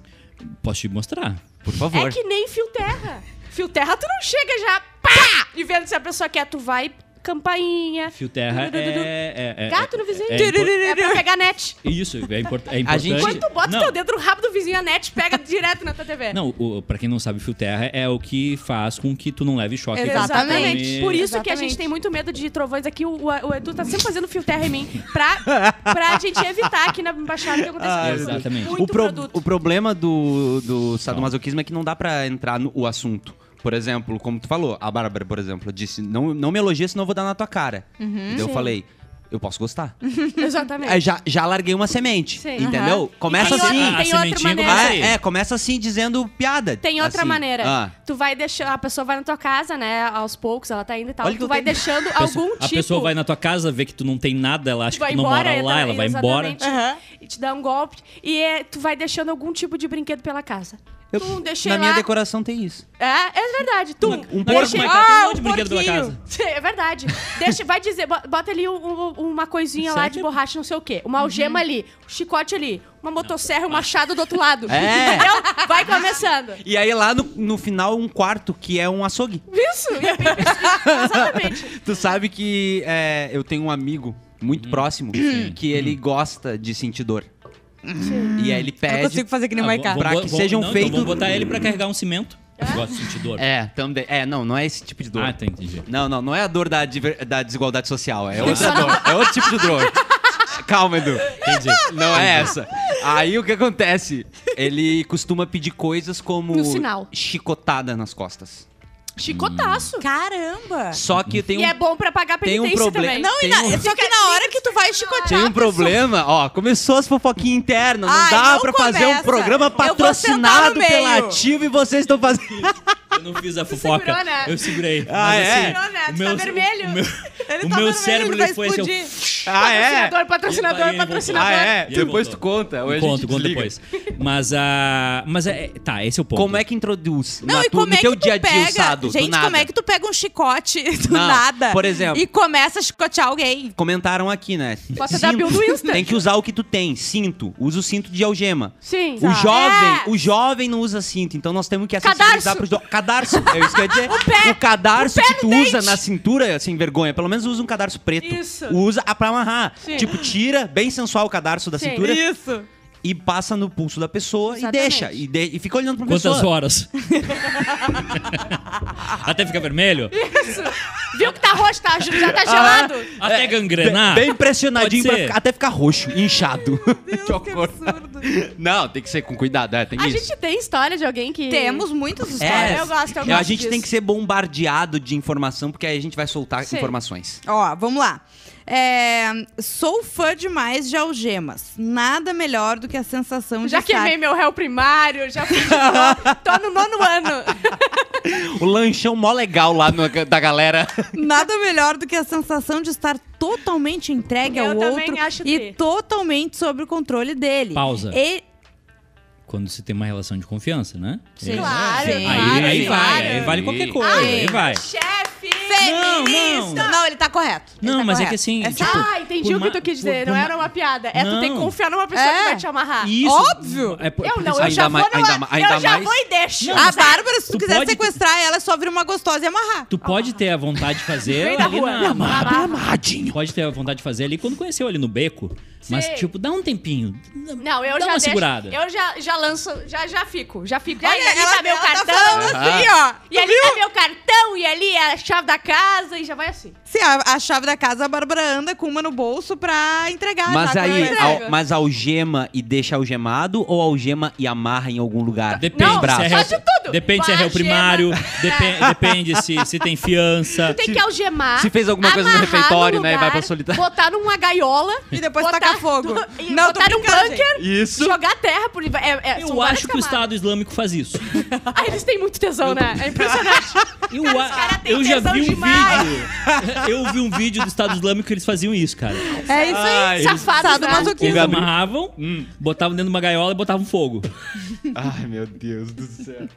[SPEAKER 3] posso te mostrar?
[SPEAKER 4] Por
[SPEAKER 2] É
[SPEAKER 4] favor.
[SPEAKER 2] que nem fio terra. Fio terra, tu não chega já pá, e vendo se a pessoa quer, tu vai campainha.
[SPEAKER 3] Fio terra
[SPEAKER 2] Dudududu.
[SPEAKER 3] é, é, é-
[SPEAKER 2] Gato no vizinho.
[SPEAKER 3] É, é impor-
[SPEAKER 2] É pra pegar net.
[SPEAKER 3] isso, é, import- é
[SPEAKER 4] A
[SPEAKER 3] importante.
[SPEAKER 4] gente-
[SPEAKER 2] Quando tu bota
[SPEAKER 3] não,
[SPEAKER 2] teu dedo no rabo do vizinho, a net pega direto na tua TV.
[SPEAKER 3] Não, o, pra quem não sabe, fio terra é o que faz com que tu não leve choque.
[SPEAKER 1] Exatamente.
[SPEAKER 3] quando tu come-
[SPEAKER 2] Por isso que a
[SPEAKER 1] Exatamente.
[SPEAKER 2] gente tem muito medo de trovões aqui. O, o- o Edu tá sempre fazendo fio terra em mim pra, pra gente evitar aqui na Baixada que acontece
[SPEAKER 4] Ah,
[SPEAKER 2] com isso.
[SPEAKER 3] exatamente.
[SPEAKER 2] Muito
[SPEAKER 4] O, pro-
[SPEAKER 2] produto.
[SPEAKER 4] o problema do, do sadomasoquismo é que não dá pra entrar no o assunto. Por exemplo, como tu falou, a Bárbara, por exemplo, disse: Não, não me elogia, senão eu vou dar na tua cara.
[SPEAKER 2] Uhum.
[SPEAKER 4] E daí eu falei. Eu posso gostar.
[SPEAKER 2] Exatamente.
[SPEAKER 4] Aí já, já larguei uma semente,
[SPEAKER 2] Sim.
[SPEAKER 4] entendeu?
[SPEAKER 1] Aham.
[SPEAKER 4] Começa
[SPEAKER 2] tem outra-
[SPEAKER 4] assim.
[SPEAKER 3] A, a
[SPEAKER 2] tem outra
[SPEAKER 3] sementinha
[SPEAKER 2] maneira.
[SPEAKER 3] começa
[SPEAKER 4] Ah,
[SPEAKER 3] aí.
[SPEAKER 4] é, começa assim dizendo piada.
[SPEAKER 2] Tem outra
[SPEAKER 4] assim.
[SPEAKER 2] maneira.
[SPEAKER 4] Ah.
[SPEAKER 2] Tu vai deixando. A pessoa vai na tua casa, né? Aos poucos, ela tá indo e tal.
[SPEAKER 4] Olha que
[SPEAKER 2] tu
[SPEAKER 4] eu
[SPEAKER 2] vai
[SPEAKER 4] tenho-
[SPEAKER 2] deixando
[SPEAKER 3] A pessoa-
[SPEAKER 2] algum
[SPEAKER 3] A
[SPEAKER 2] tipo.
[SPEAKER 3] pessoa vai na tua casa, vê que tu não tem nada, ela acha
[SPEAKER 2] vai
[SPEAKER 3] que tu não
[SPEAKER 2] embora,
[SPEAKER 3] mora lá,
[SPEAKER 2] exatamente,
[SPEAKER 3] ela vai embora.
[SPEAKER 1] Aham.
[SPEAKER 2] E te dá um golpe. E é, tu vai deixando algum tipo de brinquedo pela casa. Tum, deixei
[SPEAKER 4] na
[SPEAKER 2] lá.
[SPEAKER 4] minha decoração tem isso.
[SPEAKER 2] É, é verdade. Tum.
[SPEAKER 4] Um
[SPEAKER 3] Não,
[SPEAKER 4] porco.
[SPEAKER 2] Deixei-
[SPEAKER 3] mas tá, tem um
[SPEAKER 2] Ah,
[SPEAKER 3] monte de brinquedo pela
[SPEAKER 2] porquinho. É verdade. Deixa, vai dizer, bo- bota ali um- um- uma coisinha lá
[SPEAKER 3] Sério?
[SPEAKER 2] de borracha, não sei o quê. Uma algema ali, um chicote ali, uma motosserra e um machado do outro lado.
[SPEAKER 4] É.
[SPEAKER 2] Entendeu? Vai começando.
[SPEAKER 4] E aí lá no, no final, um quarto que é um açougue.
[SPEAKER 2] Isso, e é bem pesquisa. Exatamente.
[SPEAKER 4] Tu sabe que é, eu tenho um amigo
[SPEAKER 3] Hum.
[SPEAKER 4] muito próximo que ele gosta de sentir dor. E aí ele
[SPEAKER 1] Eu não
[SPEAKER 4] pede.
[SPEAKER 1] consigo fazer que nem o
[SPEAKER 3] Ah,
[SPEAKER 1] Maiká.
[SPEAKER 3] vamos-
[SPEAKER 4] Pra que
[SPEAKER 3] vamos-
[SPEAKER 4] sejam
[SPEAKER 3] não,
[SPEAKER 4] feito-
[SPEAKER 3] Então vamos botar ele pra carregar um cimento. Gosto de sentir dor.
[SPEAKER 4] É, também. É, não, não é esse tipo de dor.
[SPEAKER 3] Ah, tá, entendi.
[SPEAKER 4] Não, não, não é a dor da, diver- da desigualdade social. É
[SPEAKER 2] só
[SPEAKER 4] outra dor. É outro tipo de dor. Calma, Edu. Entendi. Não
[SPEAKER 3] Ah,
[SPEAKER 4] é essa. Aí o que acontece? Ele costuma pedir coisas como
[SPEAKER 2] No sinal.
[SPEAKER 4] chicotada nas costas.
[SPEAKER 2] Chicotaço.
[SPEAKER 1] Caramba!
[SPEAKER 4] Só que tem
[SPEAKER 2] E
[SPEAKER 4] um,
[SPEAKER 2] é bom pra pagar
[SPEAKER 4] Tem um
[SPEAKER 2] penitência
[SPEAKER 4] problema.
[SPEAKER 2] também.
[SPEAKER 1] Não, e
[SPEAKER 4] Tem
[SPEAKER 1] na-
[SPEAKER 4] um-
[SPEAKER 1] só que na hora que tu vai
[SPEAKER 4] tem
[SPEAKER 1] chicotear.
[SPEAKER 4] um problema, ó, começou as fofoquinhas internas, não
[SPEAKER 1] é Ai,
[SPEAKER 4] dá
[SPEAKER 1] não
[SPEAKER 4] pra fazer um
[SPEAKER 1] começa.
[SPEAKER 4] programa
[SPEAKER 1] Eu vou sentar
[SPEAKER 4] patrocinado
[SPEAKER 1] no meio.
[SPEAKER 4] pela Ativa e vocês estão fazendo.
[SPEAKER 3] Eu não fiz a fofoca.
[SPEAKER 2] segurou, né?
[SPEAKER 3] Eu segurei.
[SPEAKER 4] Ah,
[SPEAKER 3] Mas,
[SPEAKER 4] é?
[SPEAKER 3] assim,
[SPEAKER 2] Segurou, né?
[SPEAKER 3] o
[SPEAKER 2] Tu tá vermelho.
[SPEAKER 3] O meu,
[SPEAKER 1] Ele tá
[SPEAKER 3] o meu
[SPEAKER 1] vermelho,
[SPEAKER 3] cérebro
[SPEAKER 1] ele vai
[SPEAKER 3] ele foi assim.
[SPEAKER 1] explodir.
[SPEAKER 3] eu-
[SPEAKER 4] Ah, é?
[SPEAKER 2] Patrocinador, patrocinador,
[SPEAKER 3] E- e-
[SPEAKER 2] patrocinador.
[SPEAKER 4] Ah,
[SPEAKER 1] né?
[SPEAKER 4] é?
[SPEAKER 3] E aí
[SPEAKER 4] Depois
[SPEAKER 3] voltou.
[SPEAKER 4] tu conta. Hoje a
[SPEAKER 3] conto,
[SPEAKER 4] gente
[SPEAKER 3] conto
[SPEAKER 4] desliga.
[SPEAKER 3] depois. Mas a. Mas é. Tá, esse é o ponto.
[SPEAKER 4] Como é que introduz
[SPEAKER 1] Não,
[SPEAKER 4] na
[SPEAKER 1] e
[SPEAKER 4] tu-
[SPEAKER 1] como
[SPEAKER 4] no
[SPEAKER 1] é
[SPEAKER 4] teu
[SPEAKER 1] que tu
[SPEAKER 4] dia a dia
[SPEAKER 1] pega...
[SPEAKER 4] usado? do
[SPEAKER 1] Gente,
[SPEAKER 4] nada?
[SPEAKER 1] como é que tu pega um chicote do
[SPEAKER 4] Não,
[SPEAKER 1] nada?
[SPEAKER 4] por exemplo.
[SPEAKER 1] E começa a chicotear alguém.
[SPEAKER 4] Comentaram aqui, né?
[SPEAKER 2] Posso dar
[SPEAKER 1] um
[SPEAKER 2] build do Insta.
[SPEAKER 4] Tem que usar o que tu tem. Cinto. Usa o cinto de algema.
[SPEAKER 2] Sim.
[SPEAKER 4] O jovem,
[SPEAKER 1] É.
[SPEAKER 4] o jovem não usa cinto, então nós temos que
[SPEAKER 2] Ah, Cadarço.
[SPEAKER 4] acessibilizar pros jovens. Cadarço, é isso que eu ia dizer. O, cadarço que tu usa na cintura, sem vergonha, pelo menos usa um cadarço preto.
[SPEAKER 2] Isso.
[SPEAKER 4] Usa a- pra amarrar.
[SPEAKER 2] Sim.
[SPEAKER 4] Tipo, tira, bem sensual o cadarço da
[SPEAKER 2] Sim.
[SPEAKER 4] cintura
[SPEAKER 1] Isso.
[SPEAKER 4] e passa no pulso da pessoa
[SPEAKER 2] Exatamente.
[SPEAKER 4] e deixa. E, de- e fica olhando pra
[SPEAKER 3] Quantas
[SPEAKER 4] pessoa.
[SPEAKER 3] horas? Até ficar vermelho?
[SPEAKER 2] Viu que tá roxo, tá, já tá gelado?
[SPEAKER 3] Até
[SPEAKER 4] Bem-
[SPEAKER 3] gangrenar?
[SPEAKER 4] Bem pressionadinho
[SPEAKER 3] Pode
[SPEAKER 4] pra
[SPEAKER 3] ser.
[SPEAKER 4] ficar- até ficar roxo, inchado. que horror.
[SPEAKER 1] absurdo.
[SPEAKER 4] Não, tem que ser com cuidado, é, tem
[SPEAKER 2] A
[SPEAKER 4] isso.
[SPEAKER 2] gente tem história de alguém que...
[SPEAKER 1] Temos muitas
[SPEAKER 4] É,
[SPEAKER 1] histórias.
[SPEAKER 2] Eu gosto, eu
[SPEAKER 4] a
[SPEAKER 2] gosto
[SPEAKER 4] gente tem
[SPEAKER 2] disso.
[SPEAKER 4] que ser bombardeado de informação, porque aí a gente vai soltar
[SPEAKER 2] Sim.
[SPEAKER 4] informações.
[SPEAKER 1] Ó, vamos lá. É, sou fã demais de algemas. Nada melhor do que a sensação
[SPEAKER 2] Já
[SPEAKER 1] de estar...
[SPEAKER 2] queimei meu réu primário, já fui de novo. Tô no nono ano.
[SPEAKER 4] O lanchão mó legal lá no- da galera.
[SPEAKER 1] Nada melhor do que a sensação de estar totalmente entregue
[SPEAKER 2] Eu
[SPEAKER 1] ao
[SPEAKER 2] também
[SPEAKER 1] outro
[SPEAKER 2] acho
[SPEAKER 1] e
[SPEAKER 2] ter.
[SPEAKER 1] totalmente sob o controle dele.
[SPEAKER 3] Pausa.
[SPEAKER 1] E-
[SPEAKER 3] Quando se tem uma relação de confiança, né?
[SPEAKER 1] Sim.
[SPEAKER 3] É.
[SPEAKER 2] Claro,
[SPEAKER 1] Sim.
[SPEAKER 3] Aí,
[SPEAKER 2] claro,
[SPEAKER 3] aí
[SPEAKER 2] claro.
[SPEAKER 3] vai, aí vale qualquer coisa,
[SPEAKER 1] Ai.
[SPEAKER 3] aí vai.
[SPEAKER 2] Chefe!
[SPEAKER 3] Não,
[SPEAKER 1] Feminista!
[SPEAKER 3] não.
[SPEAKER 1] ele tá correto. Ele
[SPEAKER 3] Não,
[SPEAKER 1] tá
[SPEAKER 3] mas é
[SPEAKER 1] correto.
[SPEAKER 3] que assim,
[SPEAKER 1] Essa-
[SPEAKER 3] tipo-
[SPEAKER 2] Ah, entendi
[SPEAKER 3] Por
[SPEAKER 2] o que
[SPEAKER 3] ma-
[SPEAKER 2] tu quis dizer.
[SPEAKER 3] por-
[SPEAKER 2] não
[SPEAKER 3] por
[SPEAKER 2] era uma piada. É tu tem que
[SPEAKER 3] Não.
[SPEAKER 2] confiar numa pessoa que
[SPEAKER 1] É.
[SPEAKER 2] vai te amarrar.
[SPEAKER 1] Óbvio!
[SPEAKER 3] É por-
[SPEAKER 2] Eu
[SPEAKER 3] porque
[SPEAKER 2] não, eu
[SPEAKER 3] assim,
[SPEAKER 2] já
[SPEAKER 4] Ainda
[SPEAKER 2] vou,
[SPEAKER 4] mais-
[SPEAKER 2] não,
[SPEAKER 4] ainda ma- ainda
[SPEAKER 2] eu já
[SPEAKER 4] mais-
[SPEAKER 2] vou e deixo.
[SPEAKER 1] a Ah, Bárbara, se tu,
[SPEAKER 3] Tu
[SPEAKER 1] quiser
[SPEAKER 3] pode-
[SPEAKER 1] sequestrar ela, é só vir uma gostosa e amarrar.
[SPEAKER 3] Tu pode ter a vontade de fazer
[SPEAKER 2] Vem da
[SPEAKER 3] ali
[SPEAKER 2] rua.
[SPEAKER 3] na-
[SPEAKER 2] Me
[SPEAKER 3] na-
[SPEAKER 2] amarra.
[SPEAKER 4] Amadinho.
[SPEAKER 3] Pode ter a vontade de fazer ali quando conheceu ali no beco. Mas,
[SPEAKER 2] Sim.
[SPEAKER 3] tipo, dá um tempinho.
[SPEAKER 2] Não, eu
[SPEAKER 3] Dá
[SPEAKER 2] já
[SPEAKER 3] uma
[SPEAKER 2] deixo.
[SPEAKER 3] segurada.
[SPEAKER 2] Eu já, já lanço, já, já fico, já fico.
[SPEAKER 1] Olha,
[SPEAKER 2] Aí, ali
[SPEAKER 1] ela,
[SPEAKER 2] tá meu
[SPEAKER 1] ela
[SPEAKER 2] cartão.
[SPEAKER 1] tá
[SPEAKER 3] Ah.
[SPEAKER 1] falando assim, ó.
[SPEAKER 2] E ali tá meu cartão, e ali é a chave da casa, e já vai assim.
[SPEAKER 1] Se a, a chave da casa, a Bárbara anda com uma no bolso pra entregar.
[SPEAKER 4] Mas
[SPEAKER 1] tá? Quando ela
[SPEAKER 4] aí,
[SPEAKER 2] entrega.
[SPEAKER 4] al- mas algema e deixa algemado ou algema e amarra em algum lugar?
[SPEAKER 3] Depende.
[SPEAKER 2] Não,
[SPEAKER 4] Os braços.
[SPEAKER 3] se é
[SPEAKER 2] só
[SPEAKER 3] réu-
[SPEAKER 2] de tudo.
[SPEAKER 3] Depende se é réu
[SPEAKER 2] Vagina.
[SPEAKER 3] primário, depen- depende se, se tem fiança.
[SPEAKER 2] Tu tem que algemar.
[SPEAKER 4] se fez alguma coisa no
[SPEAKER 2] amarrar
[SPEAKER 4] refeitório, né, e vai
[SPEAKER 2] lugar,
[SPEAKER 4] pra solitária.
[SPEAKER 2] Botar numa gaiola.
[SPEAKER 1] E depois
[SPEAKER 2] botar-
[SPEAKER 1] tacar fogo.
[SPEAKER 2] tu- e
[SPEAKER 1] Não, tô
[SPEAKER 2] botar num
[SPEAKER 1] brincando,
[SPEAKER 2] bunker.
[SPEAKER 4] Isso.
[SPEAKER 2] Jogar terra por. É, é, são
[SPEAKER 3] Eu
[SPEAKER 2] várias
[SPEAKER 3] acho que o
[SPEAKER 2] camadas.
[SPEAKER 3] Estado Islâmico faz isso.
[SPEAKER 2] Ah, eles têm muito tesão, né? É impressionante.
[SPEAKER 3] Eu,
[SPEAKER 2] Cara,
[SPEAKER 3] a-
[SPEAKER 2] os cara tem
[SPEAKER 3] eu já
[SPEAKER 2] tesão
[SPEAKER 3] vi um
[SPEAKER 2] demais.
[SPEAKER 3] vídeo. Eu vi um vídeo do Estado Islâmico que eles faziam isso, cara.
[SPEAKER 1] É isso aí.
[SPEAKER 4] Ai,
[SPEAKER 2] Safados,
[SPEAKER 1] Sado
[SPEAKER 2] né?
[SPEAKER 3] Eles
[SPEAKER 1] masoquismo.
[SPEAKER 4] Gabriel-
[SPEAKER 3] amarravam,
[SPEAKER 2] Hum.
[SPEAKER 3] botavam dentro de uma gaiola e botavam fogo.
[SPEAKER 4] ai, meu Deus do céu.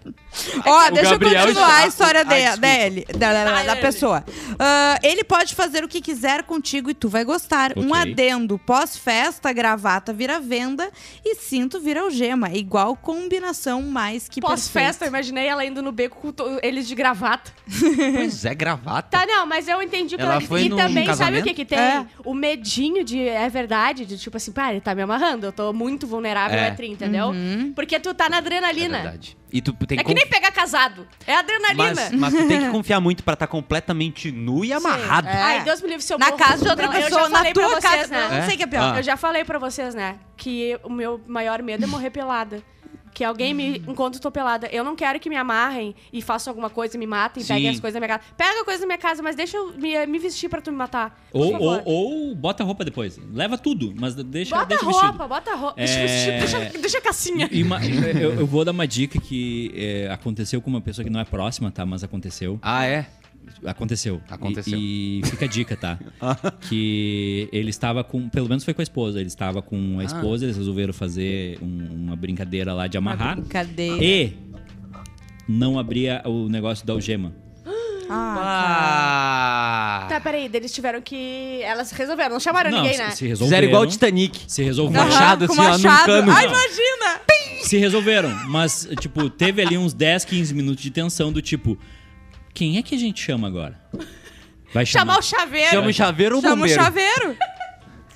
[SPEAKER 1] Ó,
[SPEAKER 4] O
[SPEAKER 1] deixa
[SPEAKER 4] Gabriel
[SPEAKER 1] eu continuar
[SPEAKER 4] já-
[SPEAKER 1] a história
[SPEAKER 4] Ai,
[SPEAKER 1] de-
[SPEAKER 4] desculpa.
[SPEAKER 1] dele, da, da- da
[SPEAKER 2] Vai, Lele.
[SPEAKER 1] pessoa. Ah, ele pode fazer o que quiser contigo e tu vai gostar. Um
[SPEAKER 3] Ok.
[SPEAKER 1] adendo, pós-festa, gravata vira venda e cinto vira algema. Igual combinação mais que
[SPEAKER 2] Pós-festa, eu
[SPEAKER 1] perfeita.
[SPEAKER 2] imaginei ela indo no beco com to- eles de gravata.
[SPEAKER 4] Pois é, gravata.
[SPEAKER 2] Tá, não, mas eu entendi o que
[SPEAKER 4] Ela
[SPEAKER 2] ela,
[SPEAKER 4] foi
[SPEAKER 2] E
[SPEAKER 4] num
[SPEAKER 2] também, sabe
[SPEAKER 4] casamento?
[SPEAKER 2] o que que tem?
[SPEAKER 1] É.
[SPEAKER 2] O medinho de, é verdade, de tipo assim, pá, ele tá me amarrando, eu tô muito vulnerável,
[SPEAKER 4] É.
[SPEAKER 2] é, tri, entendeu?
[SPEAKER 1] Uhum.
[SPEAKER 2] Porque tu tá na adrenalina.
[SPEAKER 4] E tu tem
[SPEAKER 2] É, que nem
[SPEAKER 4] conf-
[SPEAKER 2] pegar casado, é adrenalina.
[SPEAKER 4] mas, mas tu tem que confiar muito pra estar completamente nu e amarrado.
[SPEAKER 1] É.
[SPEAKER 2] Ai, Deus me livre se eu
[SPEAKER 1] Na
[SPEAKER 2] morro
[SPEAKER 1] casa de outra
[SPEAKER 2] pela- eu já
[SPEAKER 1] pessoa, na
[SPEAKER 2] falei pra
[SPEAKER 1] tua
[SPEAKER 2] vocês,
[SPEAKER 1] casa.
[SPEAKER 2] né?
[SPEAKER 1] Não
[SPEAKER 4] É?
[SPEAKER 1] sei o que é pior.
[SPEAKER 4] Ah.
[SPEAKER 2] Eu já falei pra vocês, né? Que o meu maior medo é morrer pelada. Que alguém me
[SPEAKER 1] Hum.
[SPEAKER 2] encontre eu tô pelada. Eu não quero que me amarrem e façam alguma coisa e me matem,
[SPEAKER 4] Sim.
[SPEAKER 2] peguem as coisas da minha casa. Pega a coisa da minha casa, mas deixa eu me, me vestir pra tu me matar. Por
[SPEAKER 3] Ou,
[SPEAKER 2] favor.
[SPEAKER 3] ou, ou bota a roupa depois. Leva tudo, mas deixa,
[SPEAKER 2] Bota
[SPEAKER 3] deixa o
[SPEAKER 2] roupa,
[SPEAKER 3] vestido.
[SPEAKER 2] bota roupa.
[SPEAKER 3] É.
[SPEAKER 2] Deixa, o vestido, deixa, deixa a cassinha.
[SPEAKER 3] E uma- eu, eu vou dar uma dica que é, aconteceu com uma pessoa que não é próxima, tá? Mas aconteceu.
[SPEAKER 4] Ah, é?
[SPEAKER 3] Aconteceu.
[SPEAKER 4] Aconteceu.
[SPEAKER 3] E, e fica a dica, tá? que ele estava com. Pelo menos foi com a esposa. Ele estava com a esposa, eles resolveram fazer um- uma brincadeira lá de
[SPEAKER 2] Ah,
[SPEAKER 3] amarrar.
[SPEAKER 1] Brincadeira.
[SPEAKER 3] E não abria o negócio da algema.
[SPEAKER 1] Ah,
[SPEAKER 4] Ah.
[SPEAKER 2] Tá, peraí, eles tiveram que. Elas resolveram, não chamaram
[SPEAKER 3] não,
[SPEAKER 2] ninguém,
[SPEAKER 3] se,
[SPEAKER 2] né?
[SPEAKER 3] se resolveram.
[SPEAKER 4] Fizeram igual o Titanic.
[SPEAKER 3] Se resolveram.
[SPEAKER 1] cara.
[SPEAKER 4] Machado,
[SPEAKER 1] Aham, com
[SPEAKER 4] assim, ó, num cano.
[SPEAKER 1] Ai,
[SPEAKER 4] Não.
[SPEAKER 1] imagina!
[SPEAKER 3] Se resolveram. Mas, tipo, teve ali uns 10, 15 minutos de tensão do tipo. Quem é que a gente chama agora? Vai
[SPEAKER 2] Chamar
[SPEAKER 3] chamar.
[SPEAKER 2] o chaveiro.
[SPEAKER 4] Chama o chaveiro ou
[SPEAKER 1] Chama o
[SPEAKER 4] bombeiro?
[SPEAKER 1] chaveiro.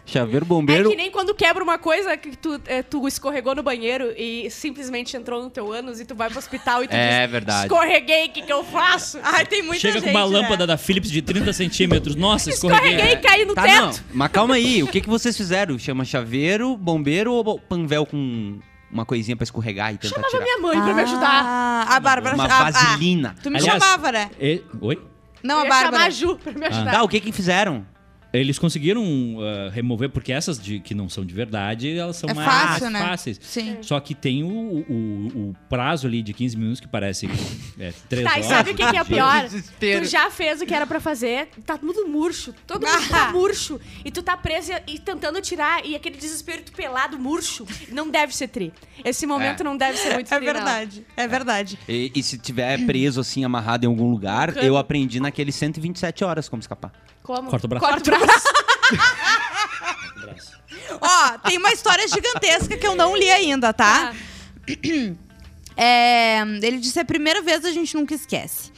[SPEAKER 4] Chaveiro bombeiro.
[SPEAKER 2] É que nem quando quebra uma coisa que tu, é, tu escorregou no banheiro e simplesmente entrou no teu ânus e tu vai pro hospital e tu
[SPEAKER 4] É
[SPEAKER 2] diz,
[SPEAKER 4] verdade.
[SPEAKER 2] escorreguei, o que, que eu faço?
[SPEAKER 1] Ai, tem muita
[SPEAKER 3] Chega
[SPEAKER 1] gente,
[SPEAKER 3] com uma
[SPEAKER 1] né?
[SPEAKER 3] lâmpada da Philips de 30 centímetros. Nossa,
[SPEAKER 2] Escorreguei e
[SPEAKER 3] escorreguei.
[SPEAKER 2] caí no
[SPEAKER 4] Tá, não.
[SPEAKER 2] teto.
[SPEAKER 4] Mas calma aí, o que, que vocês fizeram? Chama chaveiro, bombeiro ou bo- panvel com uma coisinha pra escorregar e tentar
[SPEAKER 2] Chamava
[SPEAKER 4] tirar?
[SPEAKER 2] minha mãe pra me ajudar.
[SPEAKER 1] Ah, a Bárbara...
[SPEAKER 4] Uma
[SPEAKER 1] a- a-
[SPEAKER 4] vaselina.
[SPEAKER 1] Tu me
[SPEAKER 3] Aliás-
[SPEAKER 1] chamava, né?
[SPEAKER 3] E- Oi?
[SPEAKER 1] Não,
[SPEAKER 2] Eu
[SPEAKER 1] a
[SPEAKER 2] ia chamar a
[SPEAKER 1] Bárbara.
[SPEAKER 2] Ju
[SPEAKER 3] Ah.
[SPEAKER 2] pra me ajudar.
[SPEAKER 4] Tá, o que que fizeram?
[SPEAKER 3] Eles conseguiram ah, remover, porque essas de- que não são de verdade, elas são
[SPEAKER 1] É
[SPEAKER 3] mais
[SPEAKER 1] fácil, né?
[SPEAKER 3] fáceis.
[SPEAKER 1] Sim.
[SPEAKER 3] Só que tem o, o- o prazo ali de 15 minutos que parece é, 3
[SPEAKER 2] Tá, e
[SPEAKER 3] horas.
[SPEAKER 2] sabe o que, que é pior?
[SPEAKER 4] Desespero.
[SPEAKER 2] Tu já fez o que era pra fazer, tá tudo murcho, todo mundo tá murcho, e tu tá preso e, e tentando tirar, e aquele desespero tu pelado, murcho, não deve ser tri. Esse momento
[SPEAKER 4] É.
[SPEAKER 2] não deve ser muito
[SPEAKER 1] É
[SPEAKER 2] tri, não.
[SPEAKER 1] verdade, é verdade.
[SPEAKER 4] E, e se tiver preso assim, amarrado em algum lugar,
[SPEAKER 2] Cano.
[SPEAKER 4] eu aprendi naqueles 127 horas como escapar.
[SPEAKER 2] Como?
[SPEAKER 3] Corta o braço.
[SPEAKER 2] Corta o braço.
[SPEAKER 1] Ó, tem uma história gigantesca que eu não li ainda, tá?
[SPEAKER 2] Ah.
[SPEAKER 1] É, ele disse: a primeira vez a gente nunca esquece.